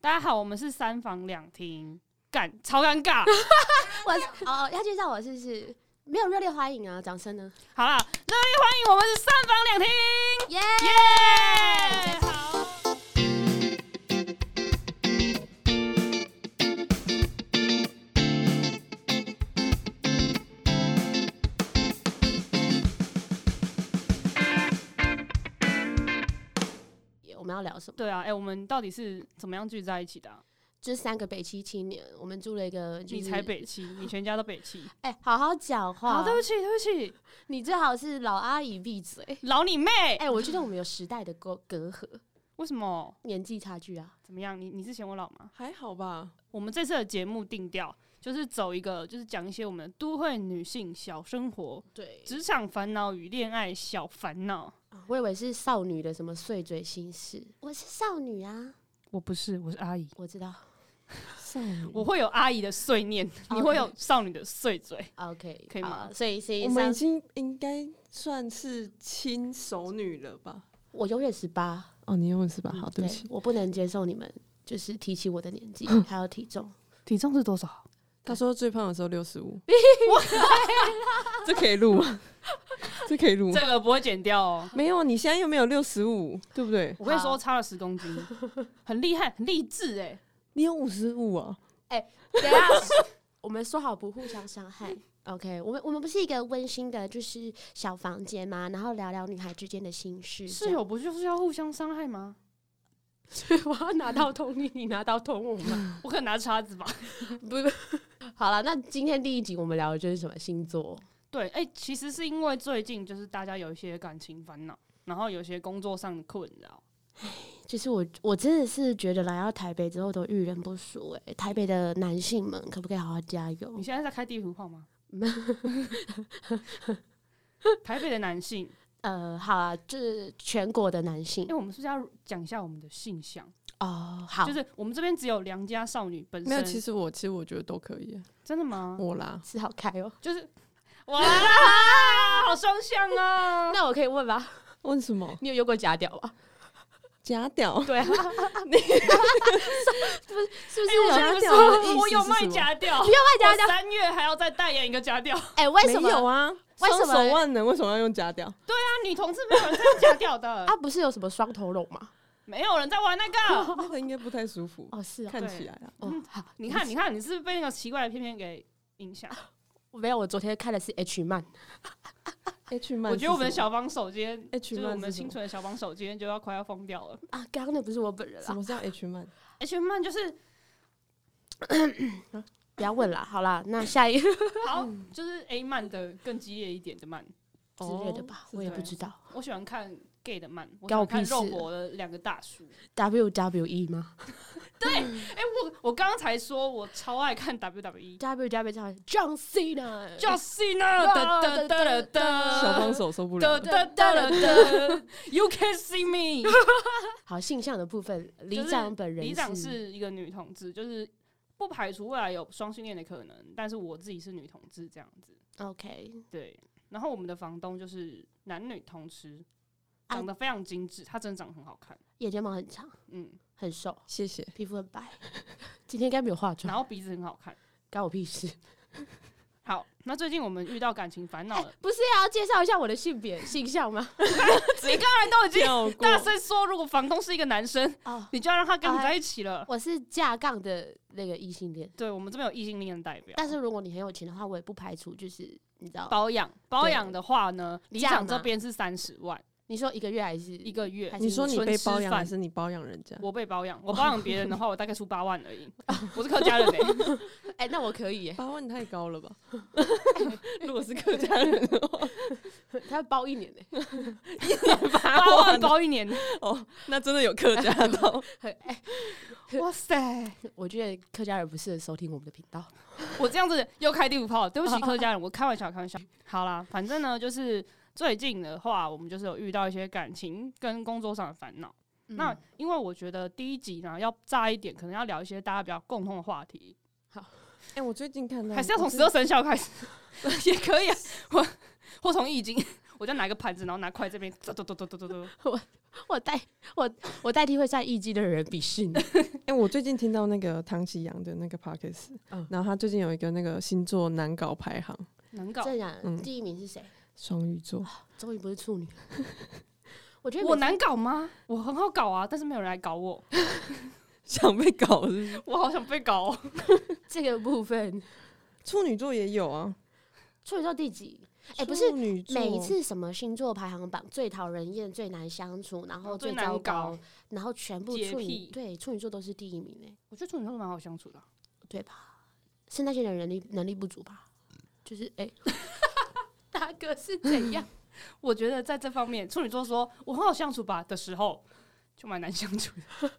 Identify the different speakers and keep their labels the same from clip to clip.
Speaker 1: 大家好，我们是三房两厅，干超尴尬。
Speaker 2: 我哦，要介绍我是不是？没有热烈欢迎啊，掌声呢？
Speaker 1: 好啦，热烈欢迎我们是三房两厅，
Speaker 2: 耶、
Speaker 1: 耶、好，
Speaker 2: 我们要聊什么？
Speaker 1: 对啊，哎、我们到底是怎么样聚在一起的啊、
Speaker 2: 就是三个北七青年，我们住了一个、就是，
Speaker 1: 你才，北七，你全家都北七。
Speaker 2: 哎、好好讲话。
Speaker 1: 好，啊对不起，对不起，
Speaker 2: 你最好是老阿姨闭嘴。
Speaker 1: 老你妹！
Speaker 2: 哎、我觉得我们有时代的隔隔阂，
Speaker 1: 为什么？
Speaker 2: 年纪差距啊。
Speaker 1: 怎么样？你你是嫌我老吗？
Speaker 3: 还好吧，
Speaker 1: 我们这次的节目定调就是走一个，就是讲一些我们都会女性小生活、
Speaker 2: 对
Speaker 1: 职场烦恼与恋爱小烦恼。
Speaker 2: 啊我以为是少女的什么碎嘴心事。我是少女啊，
Speaker 1: 我不是，我是阿姨。
Speaker 2: 我知道。少女
Speaker 1: 我会有阿姨的碎 念，你会有少女的碎嘴。
Speaker 2: 啊 OK
Speaker 1: 可以吗
Speaker 2: 好所以是
Speaker 3: 我们
Speaker 2: 上
Speaker 3: 已经应该算是亲熟女了吧？
Speaker 2: 我永远十八。
Speaker 3: 哦，你用是吧？好，对
Speaker 2: 对
Speaker 3: 不起，
Speaker 2: 我不能接受你们就是提起我的年纪还有体重。
Speaker 1: 体重是多少？
Speaker 3: 他说最胖的时候六十 五，这可以录吗？这可以录吗
Speaker 1: 这？个不会剪掉哦。
Speaker 3: 没有，你现在又没有六十五，对不对？
Speaker 1: 我跟你说，
Speaker 2: 好
Speaker 1: 差了十公 斤，很厉害，很励志哎。
Speaker 3: 你有五十五啊？
Speaker 2: 等一下，我们说好不互相伤害。OK，我们我们不是一个温馨的，就是小房间嘛，然后聊聊女孩之间的心事。
Speaker 1: 室友不就是要互相伤害吗？
Speaker 2: 这样，哦我要拿到通你，你拿到通我吗？
Speaker 1: 我可能拿叉子吧。
Speaker 2: 不，好了，那今天第一集我们聊的就是什么星座？
Speaker 1: 对，哎、其实是因为最近就是大家有一些感情烦恼，然后有些工作上的困扰。
Speaker 2: 就是我我真的是觉得来到台北之后都遇人不淑哎、台北的男性们可不可以好好加油
Speaker 1: 你？现在在开地图炮吗？ 台北的男性，
Speaker 2: 呃，好啊，就是全国的男性
Speaker 1: 因为我们是不是要讲一下我们的性向？
Speaker 2: 哦，好，
Speaker 1: 就是我们这边只有良家少女本身，
Speaker 3: 没有，其实我其实我觉得都可以啊，
Speaker 1: 真的吗？
Speaker 3: 我啦，
Speaker 2: 是好开哦。
Speaker 1: 就是哇啦，好双向啊！
Speaker 2: 那我可以问吧？
Speaker 3: 问什么？
Speaker 2: 你有用过假屌吧？
Speaker 3: 假屌？
Speaker 1: 对啊，
Speaker 2: 是不
Speaker 1: 就是
Speaker 2: 有
Speaker 1: 是
Speaker 3: 假
Speaker 1: 有
Speaker 3: 屌的意思
Speaker 1: 我有
Speaker 3: 是
Speaker 1: 卖
Speaker 3: 什么
Speaker 1: 假掉，
Speaker 2: 不要卖假屌
Speaker 1: 我三月还要再代言一个假掉。
Speaker 2: 哎、为什
Speaker 3: 没
Speaker 2: 么
Speaker 3: 有啊？
Speaker 2: 为什么
Speaker 3: 双手万能，为什么要用假屌？
Speaker 1: 那女同志没有人在用假 掉的，
Speaker 2: 啊？不是有什么双头龙吗？
Speaker 1: 没有人在玩那 个。
Speaker 3: 那个应该不太舒服，
Speaker 2: 哦，是哦，
Speaker 3: 看起来啊。
Speaker 2: 哦，好，
Speaker 1: 你看，你看，你是不是被那个奇怪的片片给影响。
Speaker 2: 我没有，我昨天看的是 H 漫，
Speaker 3: H 曼，
Speaker 1: 我觉得我们的小帮手今天，
Speaker 3: H
Speaker 1: 就是我
Speaker 3: 曼
Speaker 1: 们
Speaker 3: 是
Speaker 1: 的
Speaker 3: 什
Speaker 1: 清
Speaker 3: 么
Speaker 1: 纯的小帮手今天就要快要疯掉了。
Speaker 2: 啊，刚刚那不是我本人啊
Speaker 3: 什
Speaker 2: 啦，
Speaker 3: 么叫 H 曼？
Speaker 1: H 曼就是
Speaker 2: 不要问啦，好啦， 那下一个
Speaker 1: 好，就是 A 曼的更激烈一点的曼。
Speaker 2: 之类哦的吧，我也不知道
Speaker 1: 我喜欢看 gay 的漫，我喜
Speaker 2: 关我
Speaker 1: 欢看
Speaker 2: 屁事
Speaker 1: 肉搏的两个大叔。
Speaker 2: WWE E 吗
Speaker 1: 哎、我我刚才说我超爱看 WWE，
Speaker 2: ？WWE E 叫 John Cena，
Speaker 1: 就是呢，哒哒哒哒哒，
Speaker 3: 小帮手受不
Speaker 1: 哒
Speaker 3: 了，
Speaker 1: 哒哒哒哒，You can see me。
Speaker 2: 好性向的部分，
Speaker 1: 就
Speaker 2: 里
Speaker 1: 是
Speaker 2: 长本人，
Speaker 1: 里长是一个女同志，就是不排除未来有双性恋的可能，但是我自己是女同志这样子。
Speaker 2: OK，
Speaker 1: 对，然后我们的房东就是男女通吃，
Speaker 2: 啊
Speaker 1: 长得非常精致，他真的长得很好看，
Speaker 2: 眼睫毛很长，
Speaker 1: 嗯，
Speaker 2: 很瘦，
Speaker 3: 谢谢。
Speaker 2: 皮肤很 白，今天应该没有化
Speaker 1: 然
Speaker 2: 妆，
Speaker 1: 后鼻子很好看。
Speaker 2: 关我屁事。
Speaker 1: 好，那最近我们遇到感情烦恼了，
Speaker 2: 哎不是也要介绍一下我的性别性向吗？
Speaker 1: 你刚
Speaker 2: 哎
Speaker 1: 才都已经
Speaker 3: 跳过
Speaker 1: 大声说，如果房东是一个男生，
Speaker 2: 哦，
Speaker 1: 你就要让他跟你在一起了。
Speaker 2: 我是架杠的那个异性恋。
Speaker 1: 对我们这边有异性恋的代表，
Speaker 2: 但是如果你很有钱的话，我也不排除就是你知道，
Speaker 1: 包养包养的话呢，里
Speaker 2: 价
Speaker 1: 长
Speaker 2: 嘛
Speaker 1: 这边是三十万
Speaker 2: 你说一个月还是
Speaker 1: 一个月
Speaker 2: 还。是
Speaker 3: 你说你
Speaker 1: 纯
Speaker 3: 被
Speaker 1: 吃
Speaker 3: 包养
Speaker 1: 饭
Speaker 3: 还是你包养人家？
Speaker 1: 我被包养，我包养别人的话，我大概出八万而已。我是客家人欸
Speaker 2: 哎、那我可以耶，
Speaker 3: 八万太高了吧？
Speaker 1: 如果是客家人的话，
Speaker 2: 他要包一年呢。
Speaker 1: 八万包一年，
Speaker 3: 哦，那真的有客家 到
Speaker 1: 哇塞！
Speaker 2: 哎我觉得客家人不适合收听我们的频道。
Speaker 1: 我这样子又开第五炮，对不起客家人，我开玩笑，开玩笑。好啦，反正呢，就是最近的话，我们就是有遇到一些感情跟工作上的烦恼。那因为我觉得第一集呢要炸一点，可能要聊一些大家比较共同的话题，
Speaker 3: 哎、我最近看到
Speaker 1: 还是要从
Speaker 3: 我最
Speaker 1: 十二生肖开始，也可以啊，或或从易经。我就拿一个盘子，然后拿筷这边，嘟嘟嘟嘟嘟嘟嘟。
Speaker 2: 我代我我代替会晒艺伎的人鄙视你，
Speaker 3: 哎、我最近听到那个唐奇阳的那个 podcast，、
Speaker 2: 嗯
Speaker 3: 然后他最近有一个那个星座难搞排行，
Speaker 1: 难搞，
Speaker 2: 正然、
Speaker 3: 嗯
Speaker 2: 第一名是谁？
Speaker 3: 双鱼
Speaker 2: 哦
Speaker 3: 座，
Speaker 2: 终于不是处女了。我觉得
Speaker 1: 我
Speaker 2: 每次
Speaker 1: 难搞吗？我很好搞啊，但是没有人来搞我，
Speaker 3: 想被搞是不是
Speaker 1: 我好想被搞、哦。
Speaker 2: 这个部分，
Speaker 3: 处女座也有啊，
Speaker 2: 处女座第几？哎、
Speaker 3: 哎
Speaker 2: 不是
Speaker 3: 女座
Speaker 2: 每一次什么星座排行榜最讨人厌、最难相处，然后
Speaker 1: 哦最
Speaker 2: 最
Speaker 1: 难
Speaker 2: 糟
Speaker 1: 搞
Speaker 2: 糕，然后全部
Speaker 1: 洁
Speaker 2: 处女
Speaker 1: 癖
Speaker 2: 对处女座都是第一名哎、
Speaker 1: 我觉得处女座蛮好相处的啊、
Speaker 2: 对吧？是那些人能力能力不足吧？就是哎，大哥是怎样？
Speaker 1: 我觉得在这方面，处女座说我很好相处吧的时候，就蛮难相处的。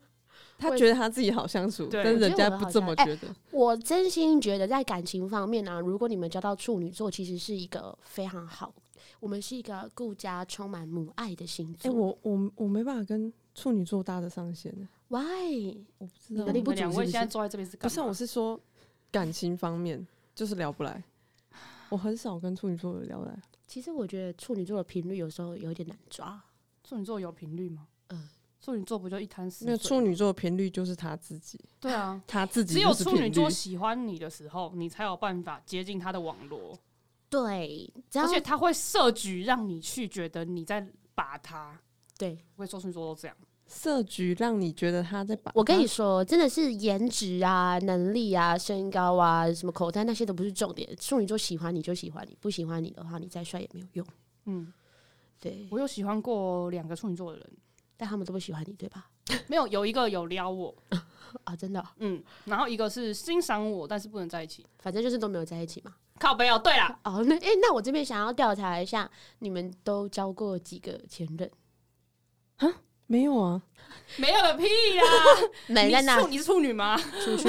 Speaker 3: 他觉得他自己好相处，
Speaker 1: 对
Speaker 3: 但是人家
Speaker 2: 我觉得我
Speaker 3: 不
Speaker 2: 好哎
Speaker 3: 这么
Speaker 2: 相
Speaker 3: 觉得。
Speaker 2: 我真心觉得在感情方面呢、啊如果你们交到处女座，其实是一个非常好，我们是一个顾家、充满母爱的星
Speaker 3: 哎、
Speaker 2: 座。
Speaker 3: 我我我没办法跟处女座搭得上线的，
Speaker 2: Why？
Speaker 3: 我不知道
Speaker 2: 能力不
Speaker 1: 你们
Speaker 2: 足
Speaker 1: 两
Speaker 2: 是
Speaker 1: 位
Speaker 2: 不
Speaker 1: 现在
Speaker 2: 是
Speaker 1: 坐在这边是
Speaker 3: 不
Speaker 1: 干嘛？
Speaker 3: 是啊，我是说感情方面就是聊不来，我很少跟处女座聊得来。
Speaker 2: 其实我觉得处女座的频率有时候有点难抓。
Speaker 1: 处女座有频率吗？
Speaker 2: 嗯
Speaker 1: 处女座不就一滩死
Speaker 3: 那
Speaker 1: 水？
Speaker 3: 处女座的频率就是他自己，
Speaker 1: 对啊，
Speaker 3: 他自己
Speaker 1: 只有
Speaker 3: 就是
Speaker 1: 处女
Speaker 3: 频
Speaker 1: 座
Speaker 3: 率
Speaker 1: 喜欢你的时候，你才有办法接近他的网络，
Speaker 2: 对，只要
Speaker 1: 而且他会设局让你去觉得你在把他。
Speaker 2: 对
Speaker 1: 我跟你说处女座都这样，
Speaker 3: 设局让你觉得他在把，
Speaker 2: 我跟你说，真的是颜值啊、能力啊、身高啊、什么口袋那些都不是重点。处女座喜欢你就喜欢你，不喜欢你的话，你再帅也没有用。
Speaker 1: 嗯，
Speaker 2: 对，
Speaker 1: 我有喜欢过两个处女座的人，
Speaker 2: 但他们都不喜欢你，对吧？
Speaker 1: 没有有一个有撩我，
Speaker 2: 啊，真的哦、
Speaker 1: 嗯，然后一个是欣赏我，但是不能在一起，
Speaker 2: 反正就是都没有在一起嘛。
Speaker 1: 靠背哦。对啦，
Speaker 2: 哦，那诶、那我这边想要调查一下，你们都交过几个前任？
Speaker 3: 没有啊，
Speaker 1: 没有个屁 啦！
Speaker 2: 没
Speaker 1: 你
Speaker 2: 在
Speaker 1: 是
Speaker 2: 那
Speaker 1: 处你是处女吗？
Speaker 2: 出 去，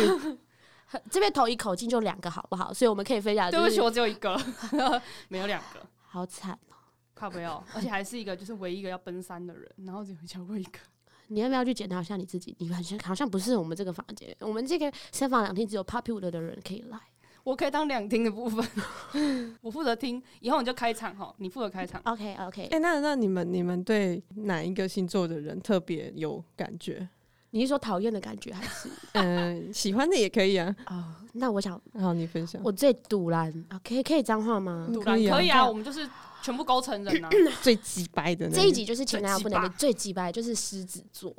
Speaker 2: 这边投一口径就两个，好不好？所以我们可以分享、
Speaker 1: 对不起，
Speaker 2: 啊就是
Speaker 1: 我只有一个，没有两个。
Speaker 2: 好惨哦。
Speaker 1: 靠背哦，而且还是一个就是唯一一个要奔三的人，然后只有交过一个。
Speaker 2: 你要不要去检讨一下你自己？你好像好像不是我们这个房间，我们这个三房两厅只有 popular 的人可以来。
Speaker 1: 我可以当两听的部分， 我负责听，以后你就开场哈，你负责开场。
Speaker 2: OK OK，、
Speaker 3: 哎、那那你们你们对哪一个星座的人特别有感觉？
Speaker 2: 你是说讨厌的感觉还是？
Speaker 3: 嗯、喜欢的也可以啊。
Speaker 2: 哦，那我想
Speaker 3: 好，你分享
Speaker 2: 我最堵然啊，可以可以脏话吗？
Speaker 3: 嗯
Speaker 1: 赌蓝
Speaker 3: 可以啊
Speaker 1: 可以啊，
Speaker 2: 对
Speaker 1: 我们就是全部勾成 人啊。
Speaker 3: 最鸡掰的那
Speaker 2: 这一
Speaker 3: 个
Speaker 2: 集就是前男友不能最鸡掰，就是狮子座。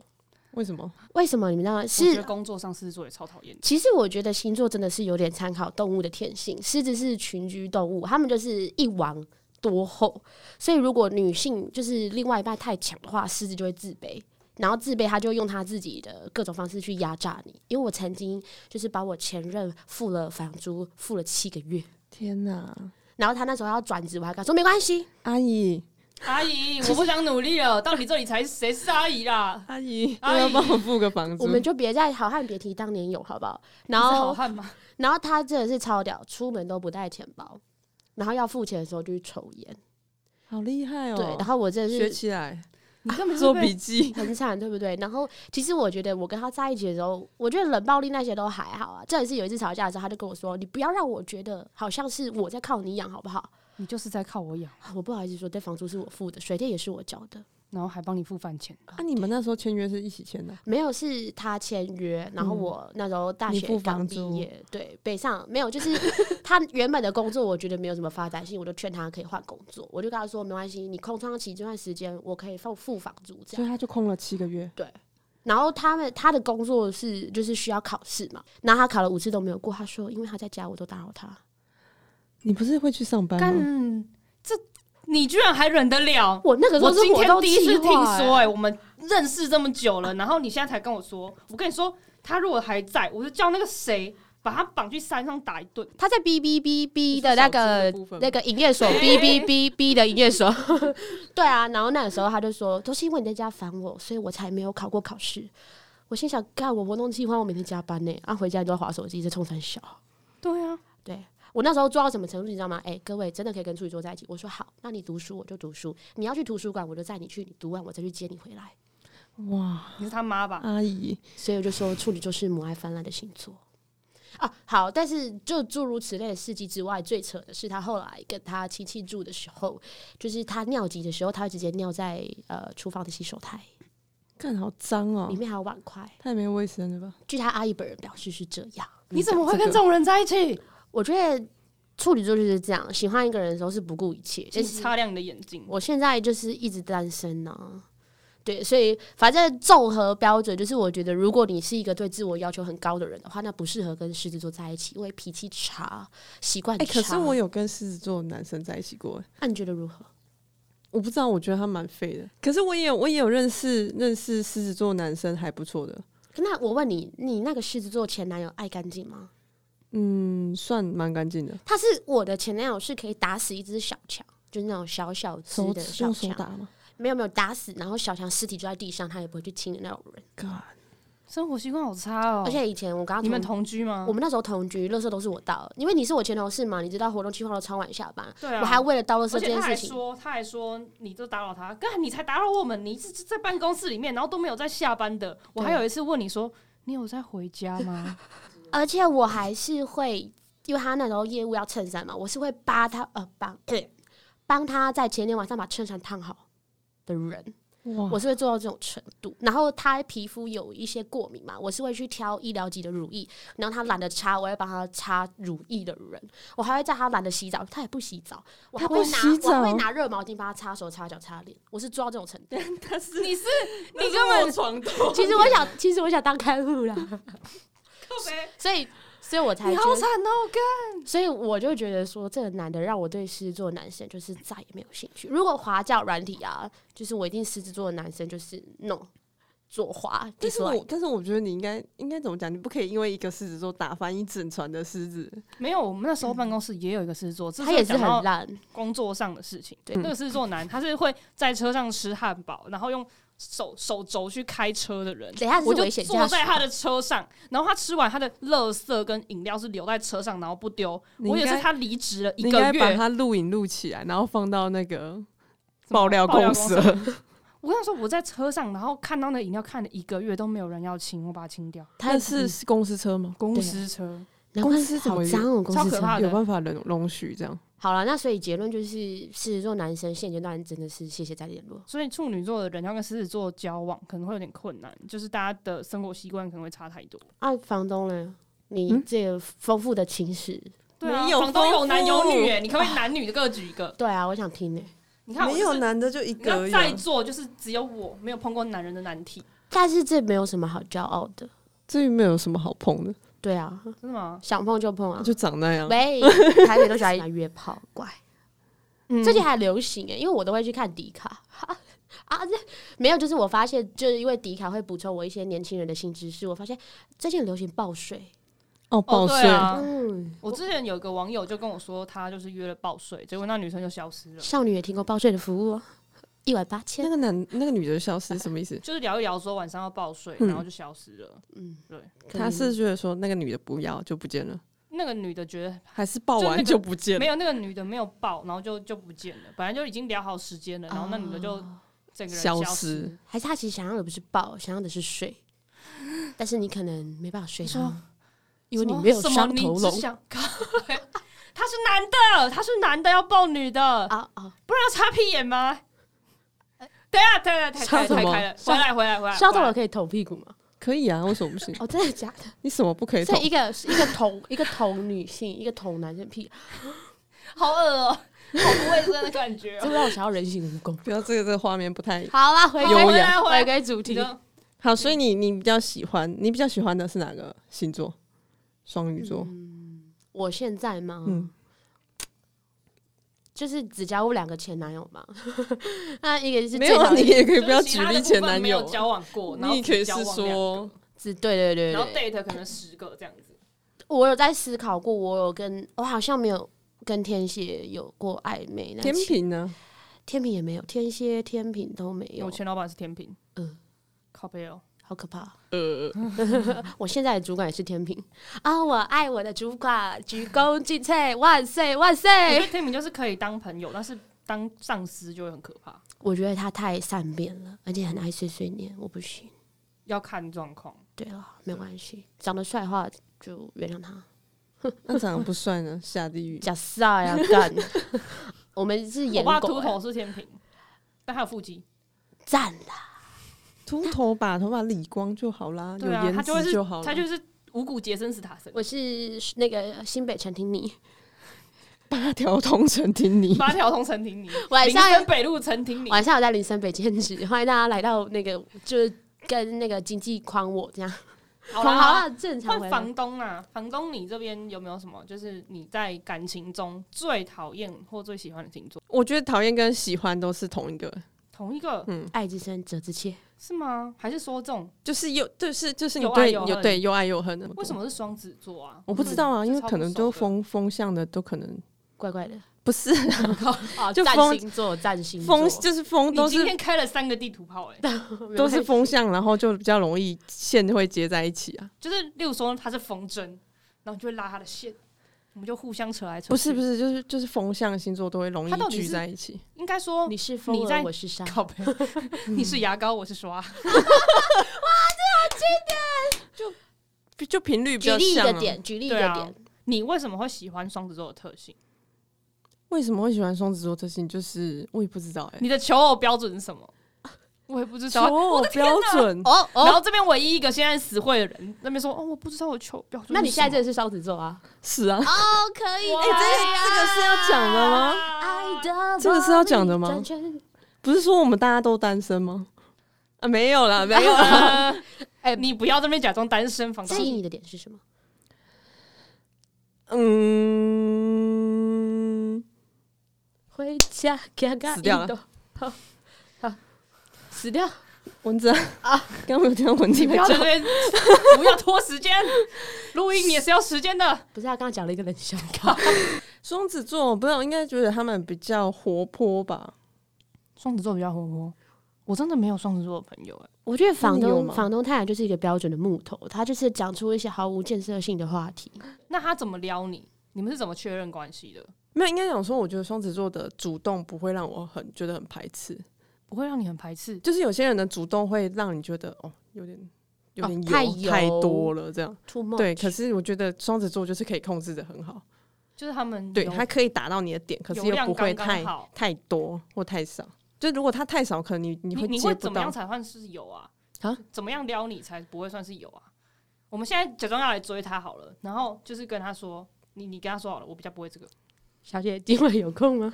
Speaker 3: 为什么？
Speaker 2: 为什么你们知道吗？
Speaker 1: 我觉
Speaker 2: 是
Speaker 1: 得工作上狮子座也超讨厌的，
Speaker 2: 其实我觉得星座真的是有点参考动物的天性，狮子是群居动物，它们就是一王多后，所以如果女性就是另外一半太强的话，狮子就会自卑。然后自卑，他就用他自己的各种方式去压榨你。因为我曾经就是把我前任付了房租，付了七个月，
Speaker 3: 天哪，
Speaker 2: 然后他那时候要转职，我还跟他说没关系，
Speaker 3: 阿姨
Speaker 1: 阿姨，我不想努力 了，到你这里才是谁是阿姨啦？
Speaker 3: 阿姨，
Speaker 1: 阿
Speaker 3: 要
Speaker 1: 姨
Speaker 3: 不要帮我付个房租？
Speaker 2: 我们就别再好汉别提当年勇，好不好？然
Speaker 1: 你是好
Speaker 2: 后，
Speaker 1: 汉吗？
Speaker 2: 然后他真的是超屌，出门都不带钱包，然后要付钱的时候就去抽烟。
Speaker 3: 好厉害哦！
Speaker 2: 对，然后我真
Speaker 3: 学
Speaker 2: 的是
Speaker 3: 起来，
Speaker 1: 你根本就是
Speaker 3: 做
Speaker 1: 被
Speaker 3: 笔记。
Speaker 2: 很惨，对不对？然后其实我觉得我跟他在一起的时候，我觉得冷暴力那些都还好啊。这也是有一次吵架的时候，他就跟我说：“你不要让我觉得好像是我在靠你养，好不好
Speaker 1: 你就是在靠我养，？”
Speaker 2: 我不好意思说，这房租是我付的，水电也是我交的，
Speaker 1: 然后还帮你付饭钱。
Speaker 3: 啊，你们那时候签约是一起签的？
Speaker 2: 没有是他签约。然后
Speaker 3: 嗯
Speaker 2: 我那时候大
Speaker 3: 你付
Speaker 2: 学
Speaker 3: 房
Speaker 2: 刚
Speaker 3: 租
Speaker 2: 毕业，对，北上没有，就是 他原本的工作，我觉得没有什么发展性，我就劝他可以换工作。我就跟他说：“没关系，你空窗期这段时间，我可以付付房租。”这样
Speaker 3: 所。以他就空了七个月。
Speaker 2: 然后他们他的工作是就是需要考试嘛，然后他考了五次都没有过。他说，因为他在家，我都打扰他。
Speaker 3: 你不是会去上班
Speaker 1: 干
Speaker 3: 吗？，
Speaker 1: 这你居然还忍得了？
Speaker 2: 我那个时
Speaker 1: 我
Speaker 2: 候是
Speaker 1: 今
Speaker 2: 活
Speaker 1: 天
Speaker 2: 动
Speaker 1: 第一次
Speaker 2: 计
Speaker 1: 听
Speaker 2: 划、
Speaker 1: 说、
Speaker 2: 欸，
Speaker 1: 哎，我们认识这么久了，然后你现在才跟我说，我跟你说，他如果还在，我就叫那个谁把他绑去山上打一顿。
Speaker 2: 他在哔哔哔
Speaker 3: 是
Speaker 2: 哔的那
Speaker 3: 小资的
Speaker 2: 个
Speaker 3: 部分吗
Speaker 2: 那个营业 所，哔哔哔哔的营业所。 对啊，然后那个时候他就说，都是因为你在家烦我，所以我才没有考过考试。我心想，干我活动计划，我每天加班呢、啊，回家都要划手机，这冲三小。
Speaker 1: 对啊，
Speaker 2: 对我那时候做到什么程度，你知道吗？哎、各位真的可以跟处女座在一起。我说好，那你读书我就读书，你要去图书馆我就载你去，你读完我再去接你回来。
Speaker 3: 哇，
Speaker 1: 你是他妈吧？
Speaker 2: 嗯
Speaker 3: 阿姨，
Speaker 2: 所以我就说处女座是母爱泛滥的星座。啊，好，但是就诸如此类的事迹之外，最扯的是他后来跟他亲戚住的时候，就是他尿急的时候，他会直接尿在呃厨房的洗手台，
Speaker 3: 干好脏哦
Speaker 2: 里，面还有碗筷。
Speaker 3: 太没卫生了吧？
Speaker 2: 据他阿姨本人表示是这样。
Speaker 1: 你怎么会
Speaker 3: 这
Speaker 1: 跟
Speaker 3: 个
Speaker 1: 这种人在一起？
Speaker 2: 我觉得处女座就是这样，喜欢一个人的时候是不顾一切。
Speaker 1: 请
Speaker 2: 但
Speaker 1: 你
Speaker 2: 是
Speaker 1: 擦亮你的眼睛。
Speaker 2: 我现在就是一直单身呢、对，所以反正综合标准就是，我觉得如果你是一个对自我要求很高的人的话，那不适合跟狮子座在一起，因为脾气差、习惯
Speaker 3: 哎、
Speaker 2: 差。
Speaker 3: 可是我，有跟狮子座的男生在一起过，
Speaker 2: 那、你觉得如何？
Speaker 3: 我不知道，我觉得他蛮废的。可是我也有我也有认识认识狮子座男生还不错的，
Speaker 2: 那我问你，你那个狮子座前男友爱干净吗？
Speaker 3: 嗯，算蛮干净的。
Speaker 2: 他是我的前男友，是可以打死一只小强，就是那种小小只的小
Speaker 3: 用手打
Speaker 2: 强，
Speaker 3: 吗
Speaker 2: 没有没有打死，然后小强尸体就在地上，他也不会去亲的那种人。
Speaker 3: ？God，
Speaker 1: 生活习惯好差哦。
Speaker 2: 而且以前我刚
Speaker 1: 你们
Speaker 2: 刚
Speaker 1: 同居吗？
Speaker 2: 我们那时候同居，垃圾都是我倒，因为你是我前同事嘛，你知道活动计划都超晚下班，
Speaker 1: 对啊，
Speaker 2: 我还为了倒垃圾
Speaker 1: 而
Speaker 2: 这
Speaker 1: 且
Speaker 2: 件
Speaker 1: 他
Speaker 2: 事
Speaker 1: 还
Speaker 2: 情，
Speaker 1: 说，他还说你都打扰他，干你才打扰我们，你是在办公室里面，然后都没有在下班的。我还有一次问你说，你有在回家吗？
Speaker 2: 而且我还是会，因为他那时候业务要衬衫嘛，我是会扒他呃帮 帮他在前天晚上把衬衫烫好的人，
Speaker 3: 哇
Speaker 2: 我是会做到这种程度。然后他皮肤有一些过敏嘛，我是会去挑医疗级的乳液，然后他懒得擦，我会帮他擦乳液的人，我还会在他懒得洗澡，他也不洗澡，我还
Speaker 3: 他不
Speaker 2: 会拿
Speaker 3: 洗
Speaker 2: 我还会
Speaker 3: 澡
Speaker 2: 拿热毛巾帮他擦手、擦脚、擦脸，我是做到这种程度。
Speaker 1: 但是你是
Speaker 3: 那
Speaker 1: 你
Speaker 3: 是
Speaker 1: 根本
Speaker 3: 我床头，
Speaker 2: 其实我想，其实我想当看护啦， 所以，所以我才
Speaker 1: 你
Speaker 2: 觉
Speaker 1: 好
Speaker 2: 得，
Speaker 1: 惨哦，干
Speaker 2: 所以我就觉得说，这个男的让我对狮子座男生就是再也没有兴趣。如果滑教软体啊，就是我一定狮子座的男生就是 no 左滑，
Speaker 3: 但是
Speaker 2: dislike
Speaker 3: 我但是我觉得你应该应该怎么讲？你不可以因为一个狮子座打翻一整船的狮子。
Speaker 1: 没有，我们那时候办公室也有一个狮子座，这
Speaker 2: 他也
Speaker 1: 是讲
Speaker 2: 是很
Speaker 1: 到
Speaker 2: 烂，
Speaker 1: 工作上的事情。
Speaker 2: 对
Speaker 3: 嗯
Speaker 1: 那个狮子座男，他是会在车上吃汉堡，然后用手手肘去开车的人。
Speaker 2: 等一下
Speaker 1: 我
Speaker 2: 这是
Speaker 1: 就
Speaker 2: 危险驾
Speaker 1: 坐
Speaker 2: 驶
Speaker 1: 在他的车上，然后他吃完他的垃圾跟饮料是留在车上，然后不丢。
Speaker 3: 你
Speaker 1: 我也
Speaker 3: 应
Speaker 1: 是
Speaker 3: 该
Speaker 1: 他离职了
Speaker 3: 你
Speaker 1: 一
Speaker 3: 应
Speaker 1: 个
Speaker 3: 该把
Speaker 1: 月，
Speaker 3: 它录影录起来，然后放到那个爆料
Speaker 1: 爆料
Speaker 3: 公
Speaker 1: 公
Speaker 3: 社。
Speaker 1: 我跟他说我在车上，然后看到那饮料看了一个月都没有人要清，我把它清掉。
Speaker 3: 但是是公司车吗？
Speaker 1: 公司车，
Speaker 2: 嗯难怪
Speaker 3: 公司怎么
Speaker 2: 好
Speaker 3: 有
Speaker 2: 脏哦，公
Speaker 1: 超
Speaker 2: 司
Speaker 1: 可
Speaker 2: 车
Speaker 1: 怕
Speaker 3: 有
Speaker 1: 的
Speaker 3: 办法容容许这样？
Speaker 2: 好了，那所以结论就是，狮子座男生现阶段真的是谢谢再联络。
Speaker 1: 所以处女座的人要跟狮子座交往可能会有点困难，就是大家的生活习惯可能会差太多。
Speaker 2: 啊，房东呢？你
Speaker 3: 嗯
Speaker 2: 这个丰富的情史，
Speaker 1: 对啊
Speaker 3: 没有
Speaker 1: 房东有男有
Speaker 3: 丰
Speaker 1: 女
Speaker 3: 富
Speaker 1: 耶，你可不可以男女各举一个？
Speaker 2: 对啊，我想听呢、
Speaker 1: 你看我就是
Speaker 3: 男的就一
Speaker 1: 那在座就是只有我没有碰过男人的难题，
Speaker 2: 但是这没有什么好骄傲的，
Speaker 3: 这没有什么好碰的，
Speaker 2: 对啊，
Speaker 1: 真的吗？
Speaker 2: 想碰就碰啊。
Speaker 3: 就长那样。
Speaker 2: 喂，台北都喜 欢约炮，怪。
Speaker 1: 嗯
Speaker 2: 最近还流行哎、因为我都会去看迪卡 啊，这没有，就是我发现，就是因为迪卡会补充我一些年轻人的新知识，我发现最近流行报税，
Speaker 3: 哦，
Speaker 1: 哦，
Speaker 3: 报
Speaker 1: 对
Speaker 3: 税，
Speaker 1: 啊，
Speaker 2: 嗯，
Speaker 1: 我之前有个网友就跟我说，他就是约了报税，结果那女生就消失了。
Speaker 2: 少女也提供报税的服务、哦，一晚八
Speaker 3: 那
Speaker 2: 千，
Speaker 3: 个男那个女的消失什么意思？
Speaker 1: 就是聊一聊说晚上要报税，
Speaker 3: 嗯
Speaker 1: 然后就消失了。
Speaker 2: 嗯，
Speaker 1: 对，
Speaker 2: 可以
Speaker 3: 他是觉得说那个女的不要就不见了，
Speaker 1: 那个女的觉得
Speaker 3: 还是报完
Speaker 1: 就
Speaker 3: 就不见
Speaker 1: 没
Speaker 3: 了？
Speaker 1: 有，那个女的没有报，然后就就不见了。本来就已经聊好时间了，然后那女的就
Speaker 2: 哦
Speaker 1: 整个人
Speaker 3: 消
Speaker 1: 消
Speaker 3: 失。
Speaker 2: 还是他其实想要的不是报，想要的是税，但是你可能没办法睡
Speaker 1: 你说
Speaker 2: 他，因为
Speaker 1: 什
Speaker 2: 你
Speaker 1: 么
Speaker 2: 没有
Speaker 1: 什么
Speaker 2: 上
Speaker 1: 你
Speaker 2: 头
Speaker 1: 只
Speaker 2: 龙
Speaker 1: 想 他是男的，他是男的要抱女的，
Speaker 2: 啊啊，哎
Speaker 1: 不然要插屁眼吗？等一下，等一下，太
Speaker 3: 插
Speaker 1: 开
Speaker 3: 什
Speaker 1: 太
Speaker 3: 么
Speaker 1: 开了，回来，回来，回来。
Speaker 2: 上头
Speaker 1: 回
Speaker 2: 龙
Speaker 1: 来
Speaker 2: 可以捅屁股吗？
Speaker 3: 可以啊，为什么不行？
Speaker 2: 哦，真的假的？
Speaker 3: 你什么不可以
Speaker 2: 所
Speaker 3: 捅
Speaker 2: 以？一个一个同一个同女性，一个同男生屁，
Speaker 1: 好恶哦、好不卫生的感觉、
Speaker 2: 这
Speaker 1: 哦。
Speaker 2: 会让我想要人形蜈蚣。
Speaker 3: 不要这个这个画面不太
Speaker 2: 好啦，回
Speaker 3: 优
Speaker 2: 归
Speaker 1: 雅
Speaker 2: 回归主
Speaker 1: 你
Speaker 2: 题，
Speaker 1: 的
Speaker 3: 好。所以你你比较喜欢你比较喜欢的是哪个星座？双鱼座。
Speaker 1: 嗯
Speaker 2: 我现在吗？
Speaker 3: 嗯，
Speaker 2: 就是只交过两个前男友嘛， 那一个就是
Speaker 3: 没有啊，
Speaker 2: 最
Speaker 3: 你
Speaker 2: 讨厌
Speaker 3: 也可以
Speaker 1: 就
Speaker 3: 不要
Speaker 1: 其
Speaker 3: 举
Speaker 1: 他的
Speaker 3: 例
Speaker 1: 部
Speaker 3: 前
Speaker 1: 分
Speaker 3: 男
Speaker 1: 没
Speaker 3: 友
Speaker 1: 有，交往过，然后
Speaker 3: 你也可以是
Speaker 1: 只交往两个，
Speaker 3: 说
Speaker 2: 只对对对
Speaker 1: 然后
Speaker 2: 对
Speaker 1: date 可能十个这样子。
Speaker 2: 我有在思考过，我有跟我好像没有跟天蝎有过暧昧，但
Speaker 3: 天
Speaker 2: 其
Speaker 3: 平呢？
Speaker 2: 天平也没有，天蝎天平都没
Speaker 1: 我
Speaker 2: 有，
Speaker 1: 前老板是天平，
Speaker 2: 嗯
Speaker 1: 嗯，靠背哦，
Speaker 2: 好可怕。
Speaker 1: 嗯
Speaker 3: 呃，
Speaker 2: 我现在的主管也是天平啊，我爱我的主管，鞠躬尽瘁，万岁万
Speaker 3: 哎
Speaker 1: 我觉
Speaker 2: 岁
Speaker 1: 得。天平就是可以当朋友，但是当上司就会很可怕，嗯
Speaker 2: 我觉得他太善变了，而且很爱碎碎念，我不行。
Speaker 1: 要看状况。
Speaker 2: 对了，没关系，长得帅的话就原谅他。
Speaker 3: 那长得不帅呢，下地狱。
Speaker 2: 假赛呀， 干！我们
Speaker 1: 我
Speaker 2: 是演
Speaker 1: 爸
Speaker 2: 狗
Speaker 1: 秃
Speaker 2: 欸
Speaker 1: 头是天平，但他有腹肌，
Speaker 2: 赞啦，
Speaker 3: 秃头把头发理光就好啦，有
Speaker 1: 对啊，
Speaker 3: 颜
Speaker 1: 他就会
Speaker 3: 值
Speaker 1: 是
Speaker 3: 就好了。
Speaker 1: 他就是五谷杰森斯塔森，
Speaker 2: 我是那个新北陈婷妮，
Speaker 3: 八条通陈 听你。
Speaker 1: 八条通陈婷 妮，
Speaker 2: 晚
Speaker 1: 林
Speaker 2: 上
Speaker 1: 森北路陈婷妮，
Speaker 2: 晚上我在林森北兼职，欢迎大家来到那个就是跟那个经济框我这样，
Speaker 1: 好
Speaker 2: 框
Speaker 1: 啦好啦
Speaker 2: 好了正常回
Speaker 1: 换
Speaker 2: 来
Speaker 1: 房东啊，房东，你这边有没有什么就是你在感情中最讨厌或最喜欢的星座？
Speaker 3: 我觉得讨厌跟喜欢都是同一个，
Speaker 1: 同一个、
Speaker 3: 嗯
Speaker 2: 爱之深责之切，
Speaker 1: 是吗？还是说这种
Speaker 3: 就是又就是就是你
Speaker 1: 有爱
Speaker 3: 对
Speaker 1: 有恨
Speaker 3: 对又爱又恨的。
Speaker 1: 为什么是双子座啊？
Speaker 3: 我不知道啊，
Speaker 1: 嗯
Speaker 3: 因为
Speaker 1: 这超
Speaker 3: 可能
Speaker 1: 不熟
Speaker 3: 都
Speaker 1: 的
Speaker 3: 风风向的都可能
Speaker 2: 怪怪的。
Speaker 3: 不是
Speaker 2: 啊，
Speaker 3: 就
Speaker 2: 占
Speaker 3: 风
Speaker 2: 星座，占星座
Speaker 3: 风，就是风
Speaker 1: 你
Speaker 3: 都
Speaker 1: 今
Speaker 3: 是
Speaker 1: 天开了三个地图 炮、欸，
Speaker 3: 都是风向，然后就比较容易线会接在一起啊。
Speaker 1: 就是例如说他是风筝，然后你就会拉他的线，我们就互相扯来扯去。
Speaker 3: 不是不，是，就是就是风向星座都会容
Speaker 1: 它到
Speaker 3: 易
Speaker 1: 底
Speaker 3: 聚
Speaker 1: 是
Speaker 3: 在一起。
Speaker 1: 应该说
Speaker 2: 你是风
Speaker 1: 你
Speaker 2: 儿，
Speaker 1: 在
Speaker 2: 我是沙，
Speaker 1: 靠 背，你是牙膏，我是刷。
Speaker 3: 就频率比
Speaker 2: 举
Speaker 3: 较
Speaker 2: 例一
Speaker 3: 像、
Speaker 2: 个
Speaker 3: 啊。
Speaker 2: 点，举例一个
Speaker 1: 对啊
Speaker 2: 点，
Speaker 1: 你为什么会喜欢双子座的特性？
Speaker 3: 为什么会喜欢双子座特性？就是我也不知道哎、
Speaker 1: 你的求偶标准是什么？ 我也不知
Speaker 3: 求
Speaker 1: 道。
Speaker 3: 偶标准
Speaker 2: 哦
Speaker 1: 然
Speaker 2: 哦，
Speaker 1: 后这边唯一一个现在死会的人，那边说哦，我不知道我求标准是什么。
Speaker 2: 那你现在真的是双子座啊？
Speaker 3: 是啊，
Speaker 2: 哦，可以，哎
Speaker 1: 哇
Speaker 3: 哎、这个这个是要讲的吗？
Speaker 2: 爱的
Speaker 3: 这个是要讲的吗
Speaker 2: 完全
Speaker 3: 不是说我们大家都单身吗？啊，没有啦，没 有啦。
Speaker 1: 呃哎， 你不要这边假装单身，房
Speaker 2: 吸
Speaker 1: 东
Speaker 2: 引你的点是什么？
Speaker 3: 嗯，
Speaker 2: 回家嘎嘎
Speaker 3: 死掉了
Speaker 2: 一抖，好，好，死掉。
Speaker 3: 蚊子啊，刚刚没有听到蚊子
Speaker 1: 你不
Speaker 3: 在
Speaker 1: 要
Speaker 3: 叫
Speaker 1: 在这。 边，不要拖时间，录音也是要时间的。
Speaker 2: 不是他刚刚讲了一个冷笑话，
Speaker 3: 双子座，我不知道，应该觉得他们比较活泼吧？
Speaker 1: 双子座比较活泼，我真的没有双子座的朋友哎、
Speaker 2: 我觉得房
Speaker 3: 你有
Speaker 2: 东
Speaker 3: 吗
Speaker 2: 房东太太就是一个标准的木头，他就是讲出一些毫无建设性的话题。
Speaker 1: 那他怎么撩你？你们是怎么确认关系的？
Speaker 3: 没有，应该讲说，我觉得双子座的主动不会让我很觉得很排斥，
Speaker 1: 不会让你很排斥？
Speaker 3: 就是有些人的主动会让你觉得哦，有点有
Speaker 2: 哦
Speaker 3: 点
Speaker 2: 太
Speaker 3: 油太
Speaker 2: 油
Speaker 3: 多了这样。
Speaker 2: Too much。
Speaker 3: 对，可是我觉得双子座就是可以控制的很好，
Speaker 1: 就是他们
Speaker 3: 对，
Speaker 1: 有
Speaker 3: 它可以打到你的点，可是
Speaker 1: 油
Speaker 3: 又
Speaker 1: 量
Speaker 3: 不会
Speaker 1: 刚刚
Speaker 3: 太
Speaker 1: 好
Speaker 3: 太多或太少。就如果它太少，可能你你
Speaker 1: 你
Speaker 3: 会
Speaker 1: 你
Speaker 3: 接
Speaker 1: 会
Speaker 3: 不
Speaker 1: 怎么
Speaker 3: 到
Speaker 1: 样。才算是有啊？
Speaker 3: 啊，
Speaker 1: 怎么样撩你才不会算是有啊？我们现在假装要来追他好了，然后就是跟他说，你你跟他说好了，我比较不会这个。
Speaker 2: 小姐今晚有空吗？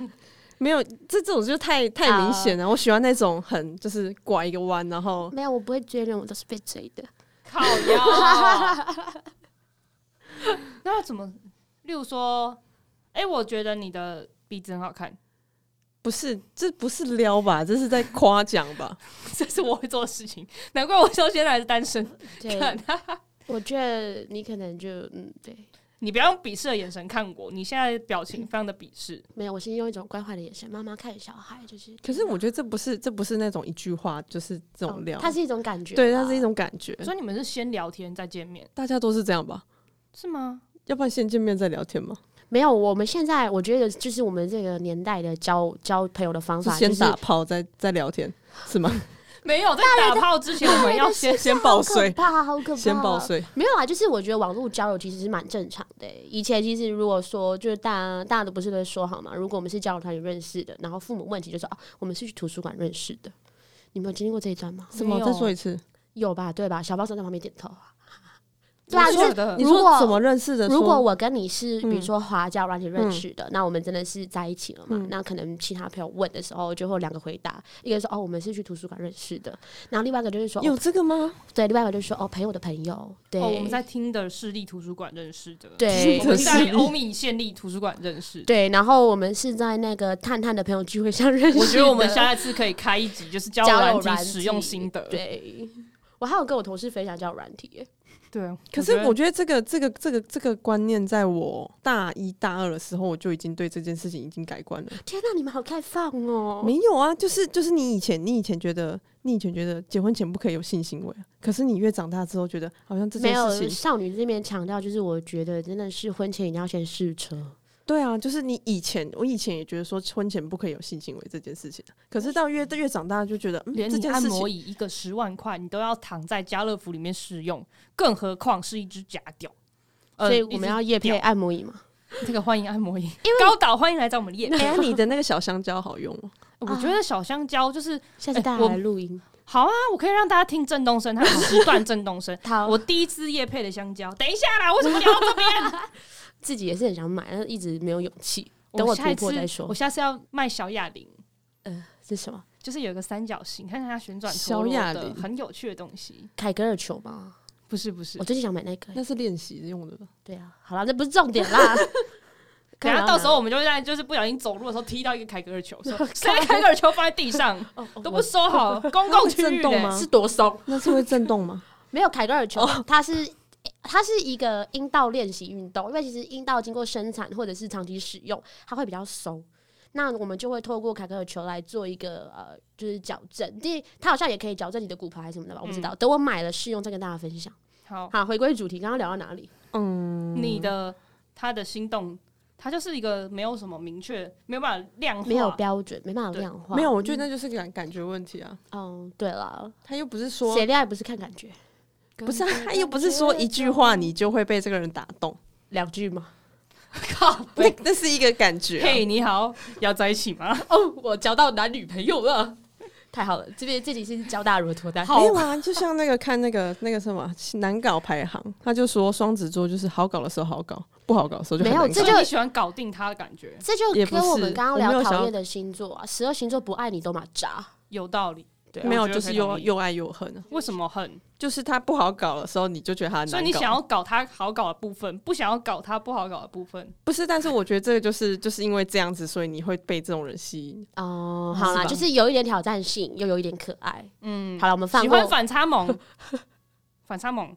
Speaker 3: 没有，这这种就太太明显了。我喜欢那种很就是拐一个弯，然后
Speaker 2: 没有，我不会追人，我都是被追的。
Speaker 1: 靠腰。 那要怎么？例如说，哎、我觉得你的鼻子很好看，
Speaker 3: 不是这不是撩吧，这是在夸奖吧？
Speaker 1: 这是我会做的事情。难怪我到现在还是单身。看
Speaker 2: 对，，我觉得你可能就嗯，对，
Speaker 1: 你不要用鄙视的眼神看我，你现在的表情非常的鄙视。
Speaker 2: 没有，我是用一种关怀的眼神，妈妈看小孩就是。嗯
Speaker 3: 可是我觉得这不是这不是那种一句话就是这种撩，
Speaker 2: 它哦是一种感觉吧，
Speaker 3: 对，它是一种感觉。
Speaker 1: 所以你们是先聊天再见面，
Speaker 3: 大家都是这样吧？
Speaker 1: 是吗？
Speaker 3: 要不然先见面再聊天嘛，
Speaker 2: 没有。我们现在我觉得就是我们这个年代的交交朋友的方
Speaker 3: 是
Speaker 2: 法，就
Speaker 3: 先
Speaker 2: 是
Speaker 3: 打炮再再聊天是吗？
Speaker 1: 没有，在打炮之前我们要先。
Speaker 3: 先报
Speaker 2: 好可
Speaker 3: 税，
Speaker 2: 怕，好可怕，
Speaker 3: 先报税。
Speaker 2: 没有啊，就是我觉得网络交友其实是蛮正常的欸、以前其实如果说就是大家大家都不是都说好嘛，如果我们是交友团体认识的，然后父母问起就说啊，我们是去图书馆认识的。你们有经历过这一段吗？
Speaker 3: 什么？
Speaker 1: 没有
Speaker 3: 再说一次。
Speaker 2: 有吧？对吧？小包手在旁边点头啊。对啊，
Speaker 1: 我
Speaker 2: 就
Speaker 1: 觉
Speaker 2: 是
Speaker 1: 得
Speaker 3: 你
Speaker 2: 如果
Speaker 3: 说怎么认识的？
Speaker 2: 如果
Speaker 3: 说
Speaker 2: 我跟你是比如
Speaker 3: 嗯
Speaker 2: 说华教软体认识
Speaker 1: 嗯
Speaker 2: 的，那我们真的是在一起了嘛？
Speaker 3: 嗯
Speaker 2: 那可能其他朋友问的时候，就会有两个回答，一个说哦我们是去图书馆认识的，然后另外一个就是说
Speaker 3: 有
Speaker 2: 哦
Speaker 3: 这个吗？
Speaker 2: 对，另外一个就是说哦朋友的朋友，对，
Speaker 1: 哦，我们在听的市立图书馆认识的，
Speaker 2: 对
Speaker 1: 我们在欧米县立图书馆认识的。
Speaker 2: 对，然后我们是在那个探探的朋友聚会上认识的。
Speaker 1: 我觉得我们下一次可以开一集，就是交友
Speaker 2: 交友
Speaker 1: 软体
Speaker 2: 软
Speaker 1: 使用
Speaker 2: 体
Speaker 1: 心得。
Speaker 2: 对，我还有跟我同事分享交友软体耶，
Speaker 1: 对，
Speaker 3: 可是我觉得这个这个这个这个观念，在我大一大二的时候，我就已经对这件事情已经改观了。
Speaker 2: 天哪，你们好开放哦！
Speaker 3: 没有啊，就是就是你以前你以前觉得你以前觉得结婚前不可以有性行为，可是你越长大之后，觉得好像这
Speaker 2: 没
Speaker 3: 件
Speaker 2: 有
Speaker 3: 事情
Speaker 2: 少女这边强调，就是我觉得真的是婚前一定要先试车，
Speaker 3: 对啊，就是你以前，我以前也觉得说婚前不可以有性行为这件事情，可是到越越长大就觉得，嗯，
Speaker 1: 连
Speaker 3: 这
Speaker 1: 你
Speaker 3: 件
Speaker 1: 按
Speaker 3: 事
Speaker 1: 摩
Speaker 3: 情
Speaker 1: 椅一个十万块，你都要躺在家乐福里面试用，更何况是一只假屌。呃
Speaker 2: 所以我们要夜配按摩椅嘛？
Speaker 1: 一 只这个欢迎按摩椅，高导欢迎来找我们夜配。
Speaker 3: 哎、你的那个小香蕉好用哦 吗？
Speaker 1: 我觉得小香蕉就是
Speaker 2: 下次带
Speaker 1: 哎我
Speaker 2: 他来录音。
Speaker 1: 好啊，我可以让大家听震动声，它有时段震动声。
Speaker 2: 好，
Speaker 1: 我第一次夜配的香蕉，等一下啦，为什么聊到这边？
Speaker 2: 自己也是很想买，但是一直没有勇气。等
Speaker 1: 我
Speaker 2: 我
Speaker 1: 下一
Speaker 2: 突
Speaker 1: 次
Speaker 2: 破再说
Speaker 1: 我。下次要卖小哑铃，
Speaker 2: 呃是什么？
Speaker 1: 就是有一个三角形，看看它旋转
Speaker 3: 小
Speaker 1: 陀螺
Speaker 3: 哑
Speaker 1: 的
Speaker 3: 铃
Speaker 1: 很有趣的东西。
Speaker 2: 凯格尔球吗？
Speaker 1: 不是不是
Speaker 2: 我，最近想买那个、欸。
Speaker 3: 那是练习用的吧。
Speaker 2: 对啊，好啦，那不是重点 啦。
Speaker 1: 等一下到时候我们就会在就是不小心走路的时候踢到一个凯格尔球，说谁把凯格尔球放在地上
Speaker 2: 哦哦
Speaker 1: 都不收好，公共区域
Speaker 3: 震动
Speaker 1: 嘞
Speaker 3: 吗
Speaker 2: 是多松，哦
Speaker 3: 那是会震动吗？
Speaker 2: 没有凯格尔球，它是它是一个阴道练习运动，因为其实阴道经过生产或者是长期使用，它会比较松。那我们就会透过凯格尔球来做一个呃，就是矫正。第，它好像也可以矫正你的骨盆还是什么的吧，我不知道。等我买了试用再跟大家分享。
Speaker 1: 好，
Speaker 2: 好，回归主题，刚刚聊到哪里？
Speaker 3: 嗯，
Speaker 1: 你的他的心动，他就是一个没有什么明确，没有办法量化，
Speaker 2: 没有标准，哦没办法
Speaker 1: 对
Speaker 2: 量化。
Speaker 3: 没有，我觉得那就是感感觉问题啊。
Speaker 2: 嗯，对了，
Speaker 3: 他又不是说，
Speaker 2: 写恋爱不是看感觉，
Speaker 3: 不是啊，他又不是说一句话你就会被这个人打 动，
Speaker 2: 两句吗？
Speaker 1: 靠
Speaker 3: 那 那是一个感觉啊、
Speaker 1: 嘿，你好，要在一起吗？
Speaker 2: 哦，我交到男女朋友了，太好了！这边这集是教大家如何脱单。
Speaker 1: 好
Speaker 3: 没有啊，就像那个看那个那个什么难搞排行，他就说双子座就是好搞的时候好搞，不好搞的时候就很
Speaker 2: 没有
Speaker 3: 难搞
Speaker 2: 这
Speaker 1: 所以
Speaker 2: 就
Speaker 1: 你喜欢搞定他的感觉，
Speaker 2: 这就
Speaker 3: 也不
Speaker 2: 跟我们
Speaker 3: 是
Speaker 2: 刚刚
Speaker 3: 我没
Speaker 2: 聊
Speaker 3: 有想
Speaker 2: 讨
Speaker 3: 要
Speaker 2: 厌的星座啊，十二星座不爱你都嘛渣，
Speaker 1: 有道理。
Speaker 2: 对
Speaker 1: 啊
Speaker 3: 没
Speaker 1: 我
Speaker 3: 有
Speaker 1: 觉得
Speaker 3: 就是
Speaker 1: 可以
Speaker 3: 又
Speaker 1: 同意
Speaker 3: 又爱又恨啊，
Speaker 1: 为什么恨？
Speaker 3: 就是他不好搞的时候你就觉得他难搞。
Speaker 1: 所以你想要搞他好搞的部分，不想要搞他不好搞的部分。
Speaker 3: 不是？但是我觉得这个就是就是因为这样子，所以你会被这种人吸引。
Speaker 2: 哦、好啦，
Speaker 3: 是吧
Speaker 2: 就是有一点挑战性，又有一点可爱。
Speaker 1: 嗯，
Speaker 2: 好了，我们放
Speaker 1: 喜
Speaker 2: 过
Speaker 1: 欢反差萌， 反差萌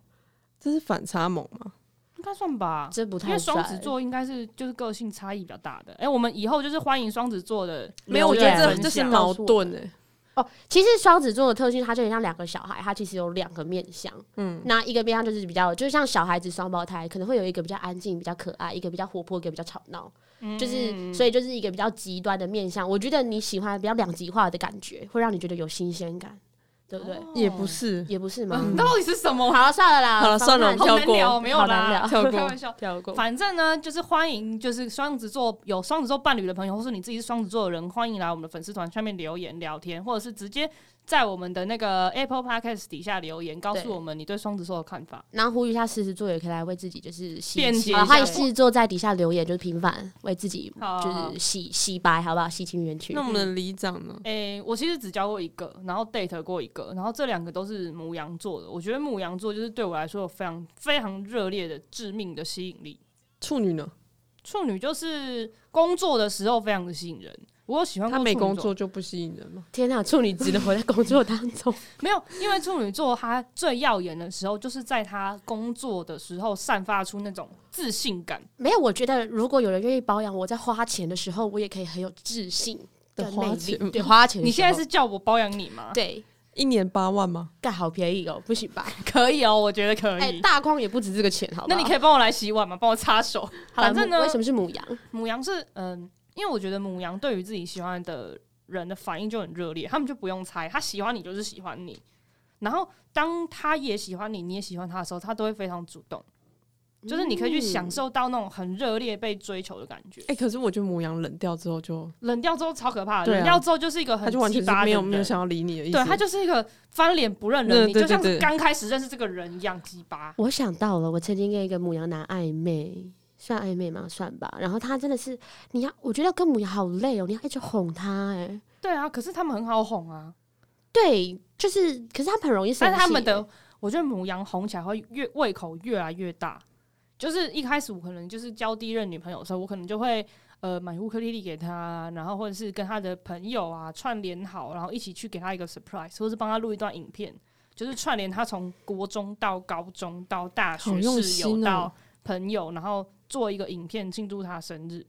Speaker 3: 这是反差萌吗？
Speaker 1: 应该算吧。
Speaker 2: 这不
Speaker 1: 因为
Speaker 2: 太
Speaker 1: 双
Speaker 2: 算
Speaker 1: 子座应该是就是个性差异比较大的，哎、我们以后就是欢迎双子座的
Speaker 3: 没有，我啊
Speaker 1: 留
Speaker 3: 觉
Speaker 1: 言分享，
Speaker 3: 得这这是 矛盾哎、
Speaker 2: 哦。其实双子座的特性，它就很像两个小孩，它其实有两个面相。嗯，那一个面相就是比较，就像小孩子双胞胎，可能会有一个比较安静、比较可爱，一个比较活泼，一个比较吵闹。就是所以就是一个比较极端的面相。我觉得你喜欢比较两极化的感觉，会让你觉得有新鲜感，对不对？
Speaker 1: 哦
Speaker 3: 也不是
Speaker 2: 也不是吗？
Speaker 1: 到底是什么？ 啊
Speaker 2: 好了，算了啦，
Speaker 3: 好了
Speaker 2: 放
Speaker 3: 算了
Speaker 1: 嗯
Speaker 2: 看
Speaker 1: 好
Speaker 3: 跳
Speaker 1: 难
Speaker 3: 过
Speaker 1: 聊，没有
Speaker 2: 好难
Speaker 1: 啦，
Speaker 2: 聊
Speaker 3: 跳 过
Speaker 1: 开玩笑。
Speaker 3: 跳过。
Speaker 1: 反正呢，就是欢迎，就是双子座有双子座伴侣的朋友，或是你自己是双子座的人，欢迎来我们的粉丝团下面留言聊天，或者是直接在我们的那个 Apple Podcast 底下留言，告诉
Speaker 2: 对
Speaker 1: 我们你对双子座的看法。
Speaker 2: 然后呼吁一下狮子座，也可以来为自己就是洗
Speaker 1: 辩解一下
Speaker 2: 好欢迎狮子座在底下留言，就是平反为自己
Speaker 1: 好
Speaker 2: 就是洗洗白，好不好？洗清冤屈
Speaker 3: 那。我们的里长呢？
Speaker 1: 诶、我其实只交过一个，然后 date 过一个，然后这两个都是母羊座的。我觉得母羊座就是对我来说有非常非常热烈的致命的吸引力。
Speaker 3: 处女呢？
Speaker 1: 处女就是工作的时候非常的吸引人，我有喜欢过
Speaker 3: 他没
Speaker 1: 处女
Speaker 3: 工
Speaker 1: 座
Speaker 3: 作就不吸引人吗？
Speaker 2: 天哪，处女值得活在工作当中。
Speaker 1: 没有，因为处女座他最耀眼的时候，就是在他工作的时候散发出那种自信感。
Speaker 2: 没有，我觉得如果有人愿意包养我，在花钱的时候，我也可以很有自信的
Speaker 3: 的花
Speaker 2: 魅力
Speaker 3: 钱。
Speaker 2: 对，花钱的时候。
Speaker 1: 你现在是叫我包养你吗？，
Speaker 2: 对，
Speaker 3: 一年八万吗？
Speaker 2: 干好便宜哦，不行吧？
Speaker 1: 可以哦，我觉得可
Speaker 2: 哎、
Speaker 1: 以。
Speaker 2: 大框也不止这个钱，好不
Speaker 1: 那
Speaker 2: 好
Speaker 1: 你可以帮我来洗碗吗？帮我擦手。
Speaker 2: 好啦
Speaker 1: 反正
Speaker 2: 母
Speaker 1: 呢
Speaker 2: 为什么是母羊？
Speaker 1: 母羊是嗯，因为我觉得母羊对于自己喜欢的人的反应就很热烈，他们就不用猜，他喜欢你就是喜欢你。然后当他也喜欢你，你也喜欢他的时候，他都会非常主动，
Speaker 3: 嗯
Speaker 1: 就是你可以去享
Speaker 2: 嗯
Speaker 1: 受到那种很热烈被追求的感觉。
Speaker 3: 哎、可是我觉得母羊冷掉之后就，
Speaker 1: 冷掉之后超可怕的，
Speaker 3: 对啊
Speaker 1: 冷掉之后就是一个
Speaker 3: 他
Speaker 1: 很
Speaker 3: 就完
Speaker 1: 鸡
Speaker 3: 全是
Speaker 1: 巴
Speaker 3: 没有
Speaker 1: 的人
Speaker 3: 没有想要理你的意思。
Speaker 1: 对他就是一个翻脸不认人，
Speaker 3: 对
Speaker 1: 你
Speaker 3: 对
Speaker 1: 就像
Speaker 3: 对
Speaker 1: 是
Speaker 3: 对
Speaker 1: 刚开始认识这个人一样鸡巴。
Speaker 2: 我想到了，我曾经跟一个母羊男暧昧，算暧昧吗？算吧。然后他真的是，你要，我觉得跟母羊好累哦，你要一直哄他、哎，
Speaker 1: 对啊，可是他们很好哄啊，
Speaker 2: 对，就是，可是他们很容易生
Speaker 1: 但
Speaker 2: 气。欸
Speaker 1: 是他们的，我觉得母羊哄起来会越胃口越来越大。就是一开始我可能就是交第一任女朋友的时候，我可能就会呃买乌克丽丽给她，然后或者是跟她的朋友啊串联好，然后一起去给她一个 surprise，或是帮她录一段影片，就是串联她从国中到高中到大
Speaker 3: 好
Speaker 1: 学
Speaker 3: 用
Speaker 1: 室友
Speaker 3: 心哦
Speaker 1: 到朋友，然后做一个影片庆祝她生日。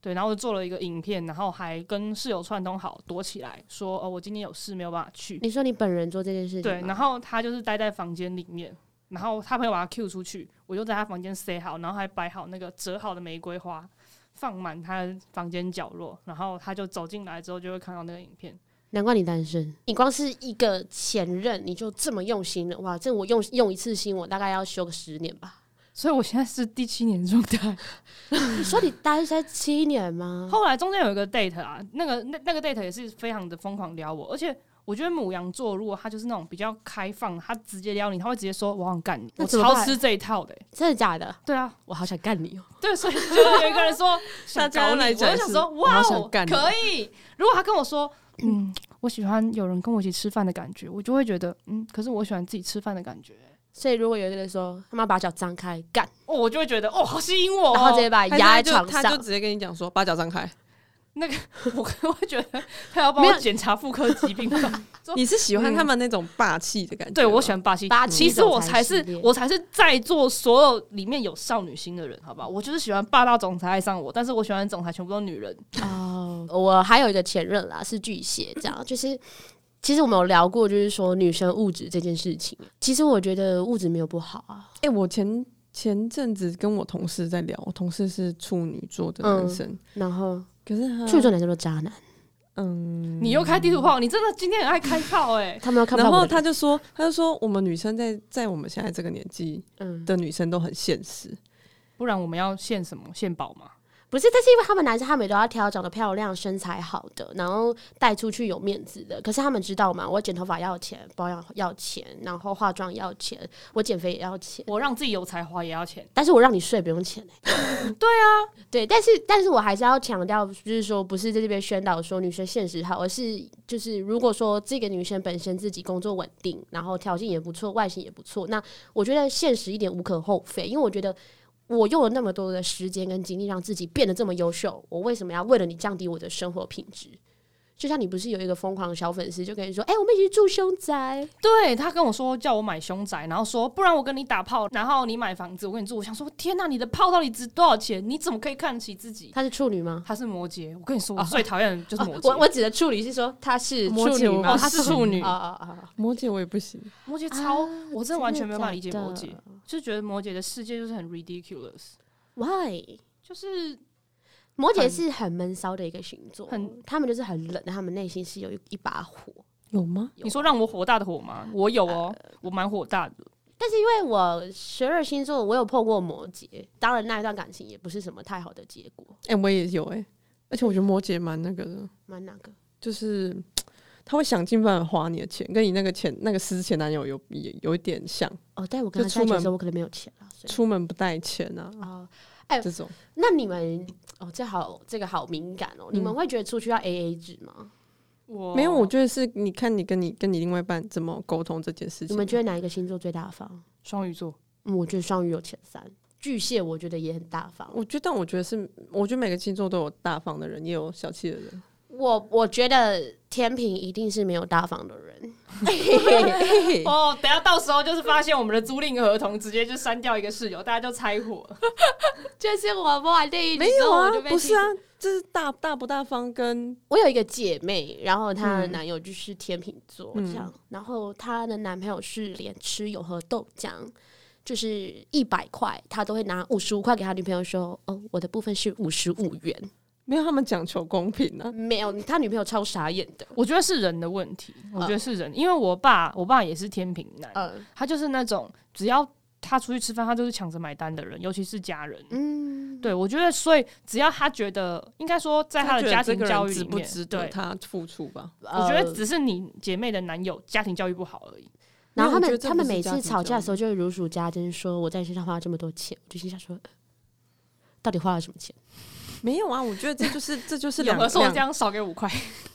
Speaker 1: 对，然后我就做了一个影片，然后还跟室友串通好躲起来，说哦我今天有事没有办法去，
Speaker 2: 你说你本人做这件事情吗，
Speaker 1: 对，然后他就是待在房间里面，然后他朋友把他 Q 出去，我就在他房间塞好，然后还摆好那个折好的玫瑰花，放满他房间角落，然后他就走进来之后就会看到那个影片。
Speaker 2: 难怪你单身，你光是一个前任你就这么用心了，哇！这我用用一次心，我大概要修个十年吧。
Speaker 1: 所以我现在是第七年状态。
Speaker 2: 你说你单身七年吗？
Speaker 1: 后来中间有一个 date 啊，那个那那个 date 也是非常的疯狂撩我，而且我觉得母羊座如果他就是那种比较开放，他直接撩你，他会直接说我想干你，
Speaker 2: 那
Speaker 1: 我
Speaker 2: 怎么办
Speaker 1: 超吃这一套的欸、
Speaker 2: 真的假的？
Speaker 1: 对啊，
Speaker 2: 我好想干你哦、
Speaker 1: 对，所以就是有一个人 说想
Speaker 3: 大家
Speaker 1: 搞你，
Speaker 3: 来
Speaker 1: 我就
Speaker 3: 展
Speaker 1: 想
Speaker 3: 示
Speaker 1: 说
Speaker 3: 我
Speaker 1: 哇
Speaker 3: 好想
Speaker 1: 哦，
Speaker 3: 干你
Speaker 1: 可以。如果他跟我说嗯，我喜欢有人跟我一起吃饭的感觉，我就会觉得嗯，可是我喜欢自己吃饭的感觉。
Speaker 2: 所以如果有一个人说他妈把脚张开干，
Speaker 1: 哦，我就会觉得哦，好吸引我、哦，
Speaker 2: 然后直接把
Speaker 3: 还
Speaker 2: 他
Speaker 3: 是
Speaker 2: 压
Speaker 3: 他
Speaker 2: 在
Speaker 3: 就
Speaker 2: 床
Speaker 3: 他就
Speaker 2: 上，
Speaker 3: 直接跟你讲说把脚张开，
Speaker 1: 我可能会觉得 他要帮
Speaker 2: 没
Speaker 1: 我
Speaker 2: 有
Speaker 1: 检查妇科疾病 吧。说
Speaker 3: 你是喜欢
Speaker 1: 嗯
Speaker 3: 他们那种霸气的感觉？
Speaker 1: 对我喜。欢霸气，
Speaker 2: 霸气
Speaker 1: 其实我
Speaker 2: 总裁
Speaker 1: 才
Speaker 2: 系
Speaker 1: 是
Speaker 2: 列
Speaker 1: 我才是在座所有里面有少女心的人，好不好？我就是喜欢霸道总裁爱上我，但是我喜欢总裁全部都是女人。
Speaker 2: 哦，我还有一个前任啦，是巨 蟹，这样就是。其实我们有聊过，就是说女生物质这件事情。其实我觉得物质没有不好啊，
Speaker 3: 哎、我前前阵子跟我同事在聊，我同事是处女座的
Speaker 2: 嗯
Speaker 3: 男生，
Speaker 2: 然后
Speaker 3: 可是他
Speaker 2: 处女座男生都渣男，
Speaker 3: 嗯，
Speaker 1: 你又开地图炮，你真的今天很爱开炮哎、
Speaker 2: 他们都看不到
Speaker 3: 然
Speaker 2: 我
Speaker 3: 后
Speaker 2: 的脸。
Speaker 3: 他就说，他就说我们女生在在我们现在这个年纪
Speaker 2: 嗯，
Speaker 3: 的女生都很现实，
Speaker 1: 不然我们要献什么？献宝吗？
Speaker 2: 不是，但是因为他们男生他们也都要挑长得漂亮、身材好的，然后带出去有面子的。可是他们知道嘛，我剪头发要钱，保养要钱，然后化妆要钱，我减肥也要钱，
Speaker 1: 我让自己有才华也要钱。
Speaker 2: 但是我让你睡不用钱、欸、 对啊，对，但是但是我还是要强调，就是说不是在这边宣导说女生现实好，而是就是如果说这个女生本身自己工作稳定，然后条件也不错，外形也不错，那我觉得现实一点无可厚非，因为我觉得。我用了那么多的时间跟精力让自己变得这么优秀，我为什么要为了你降低我的生活品质？就像你不是有一个疯狂的小粉丝，就跟你说：“哎、我们一起去住凶宅。
Speaker 1: 对他跟我说叫我买凶宅，然后说不然我跟你打炮，然后你买房子我跟你住。我想说天哪，你的炮到底值多少钱？你怎么可以看得起自” 己？
Speaker 2: 她是处女吗？
Speaker 1: 他是摩羯，我跟你说，我最讨厌的就是摩羯。
Speaker 2: 我我指的处女是说她是
Speaker 3: 摩
Speaker 2: 处女
Speaker 3: 羯我
Speaker 2: 吗？
Speaker 1: 哦她是处女
Speaker 2: 啊啊啊啊！
Speaker 3: 摩羯我也不行，
Speaker 1: 摩羯超，
Speaker 2: 啊
Speaker 1: 我真的完全没有办法理解
Speaker 2: 真的
Speaker 1: 摩羯
Speaker 2: 假的，
Speaker 1: 就觉得摩羯的世界就是很 ridiculous，
Speaker 2: Why？
Speaker 1: 就是
Speaker 2: 摩羯
Speaker 1: 很
Speaker 2: 是很闷骚的一个星座，
Speaker 1: 很
Speaker 2: 他们就是很冷，但他们内心是有一一把火。
Speaker 3: 有吗？
Speaker 1: 你说让我火大的火吗？我有哦，我蛮火大的。
Speaker 2: 但是因为我十二星座，我有碰过摩羯，当然那一段感情也不是什么太好的结果，
Speaker 3: 哎、我也有哎、而且我觉得摩羯蛮那个的，
Speaker 2: 蛮那个。
Speaker 3: 就是他会想尽办法花你的钱，跟你那个前那个失前男友有也有一点像，
Speaker 2: 哦，但我跟他在一
Speaker 3: 就
Speaker 2: 起
Speaker 3: 出
Speaker 2: 的
Speaker 3: 门
Speaker 2: 时候，我可能没有钱了，所以
Speaker 3: 出门不带钱啊，
Speaker 2: 哦，
Speaker 3: 这种
Speaker 2: 那你们哦，这好，这个好敏感哦，你
Speaker 1: 嗯
Speaker 2: 们会觉得出去要 A A 制吗？
Speaker 1: 我
Speaker 3: 没有，我觉得是你看你跟你跟你另外一半怎么沟通这件事情。
Speaker 2: 你们觉得哪一个星座最大方？
Speaker 1: 双鱼座，
Speaker 2: 嗯，我觉得双鱼有前三，巨蟹我觉得也很大方。
Speaker 3: 我觉得，但我觉得是，我觉得每个星座都有大方的人，也有小气的人。
Speaker 2: 我我觉得天平一定是没有大方的人。
Speaker 1: 哦，等一下到时候就是发现我们的租赁合同直接就删掉一个室友，大家就拆伙。
Speaker 2: 就是我播完电影
Speaker 3: 没
Speaker 1: 哦
Speaker 3: 有啊，不是啊，这是大大不大方跟
Speaker 2: 我有一个姐妹，然后她的男友就是天秤座这样，然后她的男朋友是连吃有喝豆浆，就是一百块，他都会拿五十五块给他女朋友说：“哦，我的部分是五十五元。
Speaker 3: 没有他们讲求公平”
Speaker 1: 嗯
Speaker 3: 啊。
Speaker 2: 没有，他女朋友超傻眼的。
Speaker 1: 我觉得是人的问题，我觉得是人，因为我爸，我爸也是天平男，
Speaker 2: 嗯
Speaker 1: 他就是那种只要他出去吃饭，他就是抢着买单的人，尤其是家人。
Speaker 2: 嗯，
Speaker 1: 对，我觉得，所以只要他觉得，应该说，在他的
Speaker 3: 觉
Speaker 1: 家
Speaker 3: 得这
Speaker 1: 庭
Speaker 3: 个
Speaker 1: 教
Speaker 3: 人
Speaker 1: 育
Speaker 3: 值
Speaker 1: 里
Speaker 3: 不
Speaker 1: 面，
Speaker 3: 值得
Speaker 1: 对，
Speaker 3: 他付出吧？
Speaker 1: 我觉得
Speaker 2: 呃
Speaker 1: 只是你姐妹的男友家庭教育不好而已。
Speaker 2: 然后他
Speaker 3: 没有
Speaker 2: 们
Speaker 3: 我觉得这
Speaker 2: 他们
Speaker 3: 不是
Speaker 2: 每
Speaker 3: 家
Speaker 2: 次
Speaker 3: 庭
Speaker 2: 吵架
Speaker 3: 教
Speaker 2: 的时候就会如数家珍，说我在你身上花了这么多钱，我就心想说，呃到底花了什么钱？
Speaker 3: 没有啊，我觉得这就是这就是嗯
Speaker 1: 永
Speaker 3: 两
Speaker 1: 和说这
Speaker 3: 两，
Speaker 1: 样少给五块，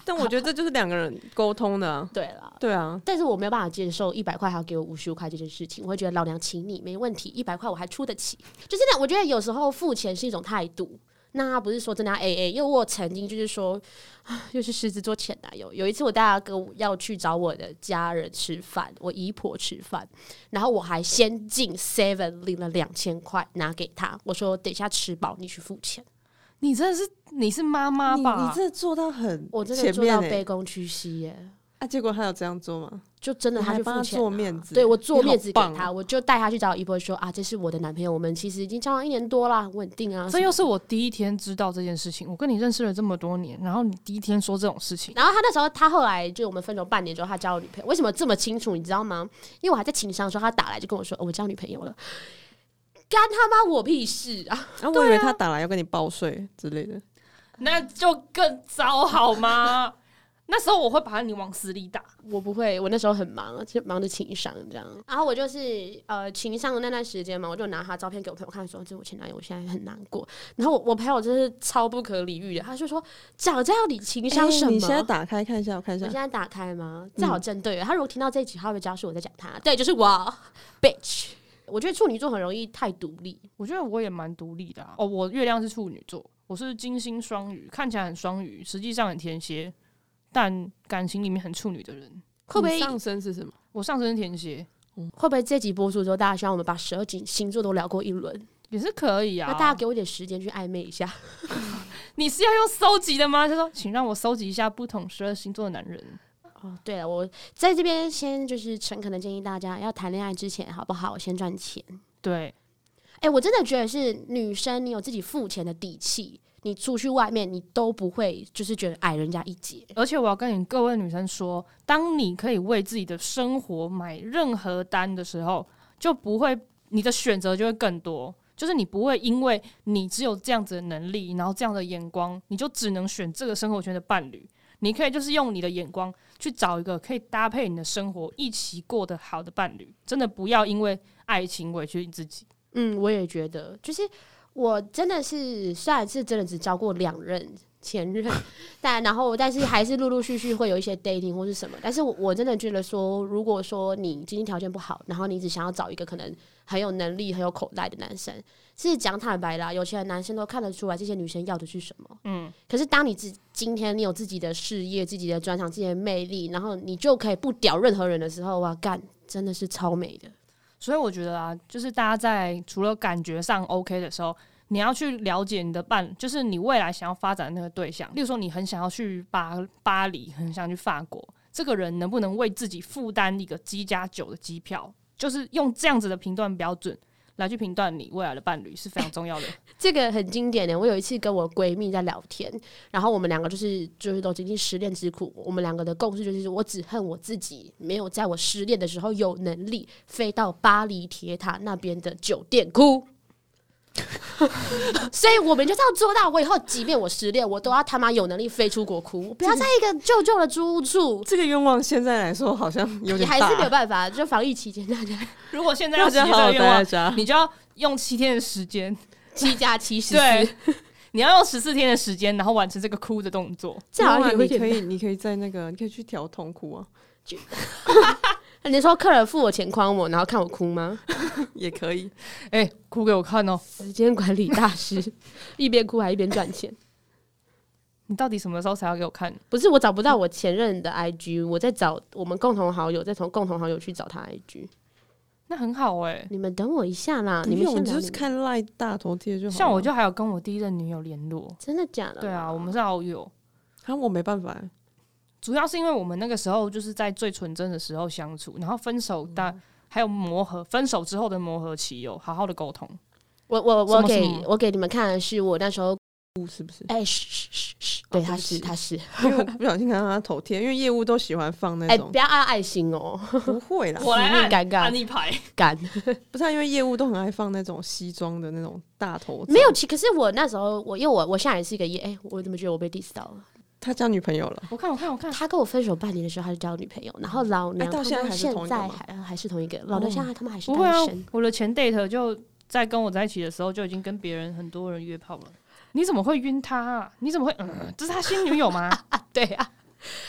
Speaker 3: 但我觉得这就是两个人沟通的啊。
Speaker 2: 对啦，
Speaker 3: 对啊，
Speaker 2: 但是我没有办法接受一百块还要给我五十五块这件事情，我会觉得老娘请你没问题，一百块我还出得起。就是那我觉得有时候付钱是一种态度，那不是说真的要 A A。因为我曾经就是说，啊又是狮子座前男友，有一次我带他跟我要去找我的家人吃饭，我姨婆吃饭，然后我还先进 Seven 领了两千块拿给他，我说等一下吃饱你去付钱，
Speaker 1: 你真的是你是妈妈
Speaker 3: 你
Speaker 1: 吧？
Speaker 3: 你这做到很
Speaker 2: 我真的
Speaker 3: 前
Speaker 2: 做到
Speaker 3: 面
Speaker 2: 卑
Speaker 3: 欸
Speaker 2: 躬屈膝耶、
Speaker 3: 啊，结果他有这样做吗？
Speaker 2: 就真的
Speaker 3: 你
Speaker 2: 他
Speaker 3: 还
Speaker 2: 去
Speaker 3: 帮
Speaker 2: 付
Speaker 3: 他
Speaker 2: 钱
Speaker 3: 做
Speaker 2: 啊
Speaker 3: 面子
Speaker 2: 对我做
Speaker 3: 你好
Speaker 2: 面子给
Speaker 3: 棒
Speaker 2: 他，
Speaker 3: 哦
Speaker 2: 我就带他去找姨婆说啊，这是我的男朋友，我们其实已经交往一年多啦，稳定啊。
Speaker 1: 这
Speaker 2: 什么
Speaker 1: 又是我第一天知道这件事情。我跟你认识了这么多年，然后你第一天说这种事情，
Speaker 2: 然后他那时候，他后来就我们分手半年之后，他交了女朋友。为什么这么清楚？你知道吗？因为我还在情商的时候，他打来就跟我说、哦我交女朋友了，干他妈我屁事啊！
Speaker 3: 啊，我以为他打来要跟你报税之类的。
Speaker 1: 那就更糟好吗？ 那时候我会把你往死里打。
Speaker 2: 我不会，我那时候很忙，就忙着情商这样。然后我就是呃情商的那段时间嘛，我就拿他照片给我朋友看，说这是我前男友，我现在很难过。然后我我朋友真是超不可理喻的，他就说讲这样你情商什
Speaker 3: 哎
Speaker 2: 么？嗯
Speaker 3: 你现在打开看一下，我看一
Speaker 2: 我
Speaker 3: 下
Speaker 2: 现。在打开吗？正好正对了。他如果听到这一集，他会不会知道是我在讲他？对，就是我，bitch。我觉得处女座很容易太独立，
Speaker 1: 我觉得我也蛮独立的、啊、哦。我月亮是处女座，我是金星双鱼，看起来很双鱼，实际上很天蝎，但感情里面很处女的人。
Speaker 2: 会不会
Speaker 3: 你上升是什么？
Speaker 1: 我上升是天蝎
Speaker 2: 会不会这集播出之后，大家希望我们把十二星星座都聊过一轮？
Speaker 1: 也是可以啊。
Speaker 2: 那大家给我一点时间去暧昧一下。
Speaker 1: 你是要用搜集的吗？他说，请让我搜集一下不同十二星座的男人。
Speaker 2: 哦，对了，我在这边先就是诚恳的建议大家，要谈恋爱之前好不好，先赚钱。
Speaker 1: 对，
Speaker 2: 哎、我真的觉得是女生，你有自己付钱的底气，你出去外面你都不会就是觉得矮人家一截。
Speaker 1: 而且我要跟你各位女生说，当你可以为自己的生活买任何单的时候，就不会你的选择就会更多。就是你不会因为你只有这样子的能力，然后这样的眼光，你就只能选这个生活圈的伴侣。你可以就是用你的眼光去找一个可以搭配你的生活一起过得好的伴侣。真的不要因为爱情委屈你自己。
Speaker 2: 嗯，我也觉得，就是我真的是虽然是真的只交过两任前任， 但然后但是还是陆陆续续会有一些 dating 或是什么，但是我我真的觉得说，如果说你经济条件不好，然后你只想要找一个可能很有能力、很有口袋的男生，是讲坦白啦，有钱的男生都看得出来这些女生要的是什么。
Speaker 1: 嗯，
Speaker 2: 可是当你自今天你有自己的事业、自己的专长、自己的魅力，然后你就可以不屌任何人的时候，哇干，真的是超美的。
Speaker 1: 所以我觉得啊，就是大家在除了感觉上 OK 的时候，你要去了解你的伴，就是你未来想要发展的那个对象。例如说，你很想要去巴巴黎，很想去法国，这个人能不能为自己负担一个机加九的机票？就是用这样子的评断标准来去评断你未来的伴侣是非常重要 的。
Speaker 2: 这个很经典的。我有一次跟我闺蜜在聊天，然后我们两个就是就是都经历失恋之苦，我们两个的共识就是，我只恨我自己没有在我失恋的时候有能力飞到巴黎铁塔那边的酒店哭。所以我们就是要做到，我以后即便我失恋，我都要他妈有能力飞出国哭，不要在一个旧旧的租屋处。
Speaker 3: 这个愿望现在来说好像
Speaker 2: 也
Speaker 3: 有点
Speaker 2: 还
Speaker 3: 大，
Speaker 2: 是没有办法，就防疫期间，大家
Speaker 1: 如果现在要
Speaker 3: 大
Speaker 1: 实现
Speaker 3: 家
Speaker 1: 这
Speaker 3: 好好
Speaker 1: 个
Speaker 3: 待
Speaker 1: 愿望
Speaker 3: 在，家。
Speaker 1: 你就要用七天的时 间，
Speaker 2: 七加七十四，
Speaker 1: 对，你要用十四天的时间，然后完成这个哭的动作。
Speaker 2: 这好像有一
Speaker 3: 啊你
Speaker 2: 点
Speaker 3: 可以，你可以在那个，你可以去调痛苦啊，
Speaker 2: 你说客人付我钱诓我，然后看我哭吗？
Speaker 3: 也可以。
Speaker 1: 哎、哭给我看哦、
Speaker 2: 时间管理大师， 一边哭还一边赚钱。
Speaker 1: 你到底什么时候才要给我看？
Speaker 2: 不是我找不到我前任的 IG，我在找我们共同好友，再从共同好友去找他 IG。
Speaker 1: 那很好哎、
Speaker 2: 你们等我一下啦，啊你
Speaker 3: 不
Speaker 2: 们
Speaker 3: 用，
Speaker 2: 先
Speaker 3: 你
Speaker 2: 聊
Speaker 3: 就是
Speaker 2: 你们。
Speaker 3: 看赖大头贴就好了。
Speaker 1: 像我就还有跟我第一任女友联络，
Speaker 2: 真的假的？
Speaker 1: 对啊，我们是好友，
Speaker 3: 啊，我没办法欸，
Speaker 1: 主要是因为我们那个时候就是在最纯真的时候相处，然后分手但、还有磨合，分手之后的磨合期有好好的沟通。
Speaker 2: 我我
Speaker 1: 什
Speaker 2: 我
Speaker 1: 么
Speaker 2: 给
Speaker 1: 什么
Speaker 2: 我给你们看的是我那时候，
Speaker 3: 不是不是？
Speaker 2: 哎、嘘嘘嘘嘘，对，
Speaker 3: 哦
Speaker 2: 他
Speaker 3: 对不
Speaker 2: 是
Speaker 3: 起
Speaker 2: 他是，
Speaker 3: 因为我不小心看到他头贴，因为业务都喜欢放那
Speaker 2: 哎、
Speaker 3: 种
Speaker 2: 不，要按爱心哦，
Speaker 3: 不会啦，
Speaker 1: 我来按
Speaker 2: 尴尬
Speaker 1: 按一排，
Speaker 2: 干。
Speaker 3: 不是啊因为业务都很爱放那种西装的那种大头照。
Speaker 2: 没有，其可是我那时候，我因为我我现在也是一个耶，哎、我怎么觉得我被 diss 到了？
Speaker 3: 他交女朋友了，
Speaker 1: 我看我看我 看，
Speaker 2: 他跟我分手半年的时候，他就交女朋友，然后老娘、
Speaker 3: 嗯哎到现在还是同一个
Speaker 2: 还呃
Speaker 3: 吗哦
Speaker 2: 还是同一个，老娘现在他们还是
Speaker 1: 不会啊
Speaker 2: 单身。，
Speaker 1: 我的前 date 就在跟我在一起的时候就已经跟别人很多人约炮了。你怎么会晕他、啊？你怎么会嗯？这是他新女友吗？
Speaker 2: 对啊，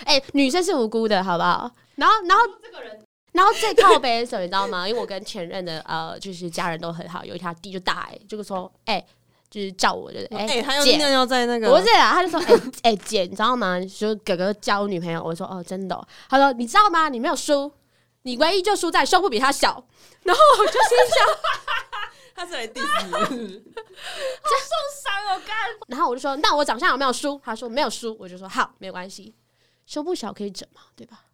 Speaker 2: 哎、女生是无辜的，好不好？然后，然后这个人，然后最靠背是什么，你知道吗？因为我跟前任的呃，就是家人都很好，有一条弟就大哎、就是说哎、就是叫我就是哎、
Speaker 3: 哎，他又
Speaker 2: 姐
Speaker 3: 尿尿在那个，
Speaker 2: 不是啊，他就说：“哎、 哎、姐，你知道吗？就哥哥交女朋友。”我说：“哦，真的哦、他说：“你知道吗？你没有输，你唯一就输在胸部比他小。”然后我就心想，
Speaker 3: 他是来 diss 你 的，
Speaker 1: 伤我干！
Speaker 2: 哦然后我就说：“那我长相有没有输？”他说：“没有输。”我就说：“好，没有关系，胸部小可以整嘛，对吧？”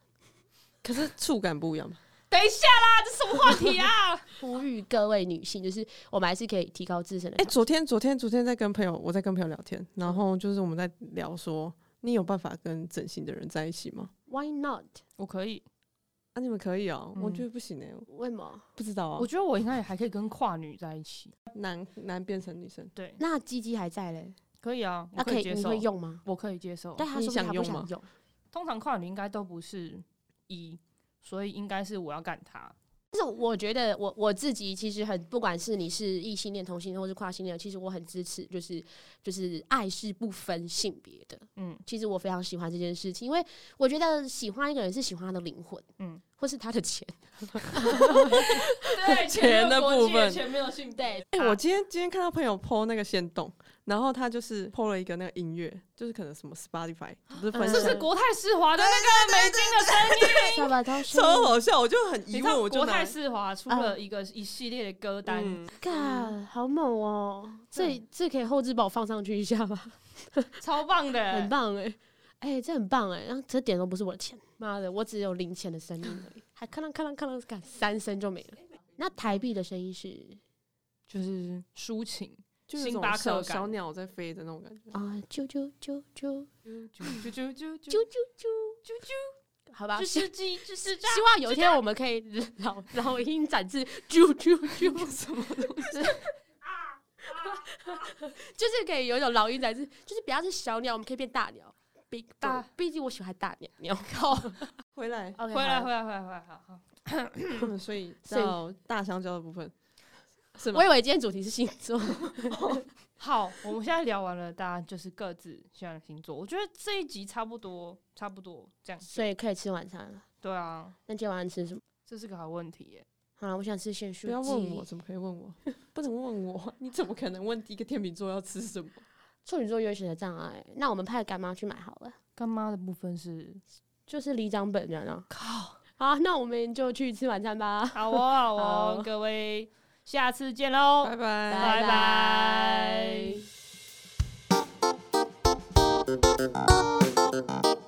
Speaker 3: 可是触感不一样嘛。
Speaker 1: 等一下啦，这什么话题啊？
Speaker 2: 呼吁各位女性，就是我们还是可以提高自身的
Speaker 3: 哎、。昨天昨天昨天在跟朋友，我在跟朋友聊天，然后就是我们在聊说，你有办法跟整形的人在一起吗？
Speaker 2: Why not？
Speaker 1: 我可以，
Speaker 3: 啊，你们可以哦、
Speaker 1: 嗯
Speaker 3: 我觉得不行哎、我
Speaker 2: 为什么？
Speaker 3: 不知道啊
Speaker 1: 我，觉得我应该也还可以跟跨女在一起。
Speaker 3: 男男变成女生，
Speaker 1: 对，
Speaker 2: 那鸡鸡还在嘞？
Speaker 1: 可以啊，我
Speaker 2: 那可以
Speaker 1: 接
Speaker 2: 你
Speaker 1: 受
Speaker 2: 会。用吗？
Speaker 1: 我可以接受，
Speaker 2: 但他说
Speaker 3: 你
Speaker 2: 不定
Speaker 3: 想
Speaker 2: 他不
Speaker 3: 用
Speaker 2: 想
Speaker 3: 吗
Speaker 2: 用。
Speaker 1: 通常跨女应该都不是一，所以应该是我要干他。
Speaker 2: 但是我觉得我我自己其实很，不管是你是异性恋、同性恋或是跨性恋，其实我很支持，就是就是爱是不分性别的。
Speaker 1: 嗯，
Speaker 2: 其实我非常喜欢这件事情，因为我觉得喜欢一个人是喜欢他的灵魂，
Speaker 1: 嗯
Speaker 2: 嗯，或是他的钱。
Speaker 1: 对
Speaker 3: 钱的部分
Speaker 1: 前面有性
Speaker 2: 对
Speaker 1: 别，
Speaker 3: 哎、我今天今天看到朋友 PO 那个线动，然后他就是 PO 了一个那个音乐，就是可能什么 Spotify，不是分
Speaker 2: 嗯
Speaker 1: 是啊
Speaker 3: 享
Speaker 1: 不是，国泰世华的那个美金的声音？
Speaker 2: 爸爸都
Speaker 3: 超好笑，我就很
Speaker 1: 嗯你
Speaker 3: 疑
Speaker 1: 知道
Speaker 3: 问，我就
Speaker 1: 国泰
Speaker 3: 拿
Speaker 1: 世华
Speaker 2: 嗯
Speaker 1: 出了一个一系列的歌单，
Speaker 3: 嗯，
Speaker 2: God，好猛哦！这
Speaker 1: 对
Speaker 2: 这可以后置把我放上去一下吗？
Speaker 1: 超棒的，
Speaker 2: 很棒哎、哎、这很棒哎、然后这点都不是我的钱，妈的，我只有零钱的声音而已，还咔啷咔啷咔啷，干三声就没了。那台币的声音是
Speaker 1: 就是抒情，
Speaker 3: 就是那
Speaker 1: 星巴
Speaker 3: 种
Speaker 1: 克
Speaker 3: 小
Speaker 1: 感
Speaker 3: 小鸟在飞的那种感觉。
Speaker 2: 啊，啾啾啾啾
Speaker 1: 啾啾啾啾
Speaker 2: 啾
Speaker 1: 啾
Speaker 2: 啾啾啾，好吧
Speaker 1: 就。
Speaker 2: 希
Speaker 1: 是鸡，就是这
Speaker 2: 希望有一天我们可以老老鹰展翅，啾啾啾什么东西，就是可以有一种老鹰展翅，就是不要是小鸟，我们可以变大鸟，big
Speaker 1: 大
Speaker 2: 大，毕竟我喜欢大鸟 鸟。
Speaker 3: 回来，
Speaker 2: OK，
Speaker 1: 回来
Speaker 2: 好
Speaker 1: 回来回来回来，好好。
Speaker 3: 嗯所以
Speaker 2: 所以
Speaker 3: 到大香蕉的部 分，是吗
Speaker 2: 我以？为今天主题是星座，
Speaker 1: 好，我们现在聊完了，大家就是各自喜欢的星座。我觉得这一集差不多，差不多这样。
Speaker 2: 所以可以吃晚餐了。
Speaker 1: 对啊，
Speaker 2: 那今天晚上吃什么？
Speaker 1: 这是个好问题耶。
Speaker 2: 好了，我想吃咸酥鸡。
Speaker 3: 不要问我，怎么可以问我？ 不能问我， 你怎么可能问第一个天秤座要吃什么？
Speaker 2: 处女座有选择障碍，那我们派干妈去买好了，
Speaker 1: 干妈的部分是
Speaker 2: 就是李长本人啊。
Speaker 1: 靠，
Speaker 2: 好，那我们就去吃晚餐吧。
Speaker 1: 好哦好哦
Speaker 2: 好，
Speaker 1: 各位，下次见喽，
Speaker 3: 拜拜。
Speaker 1: 拜拜。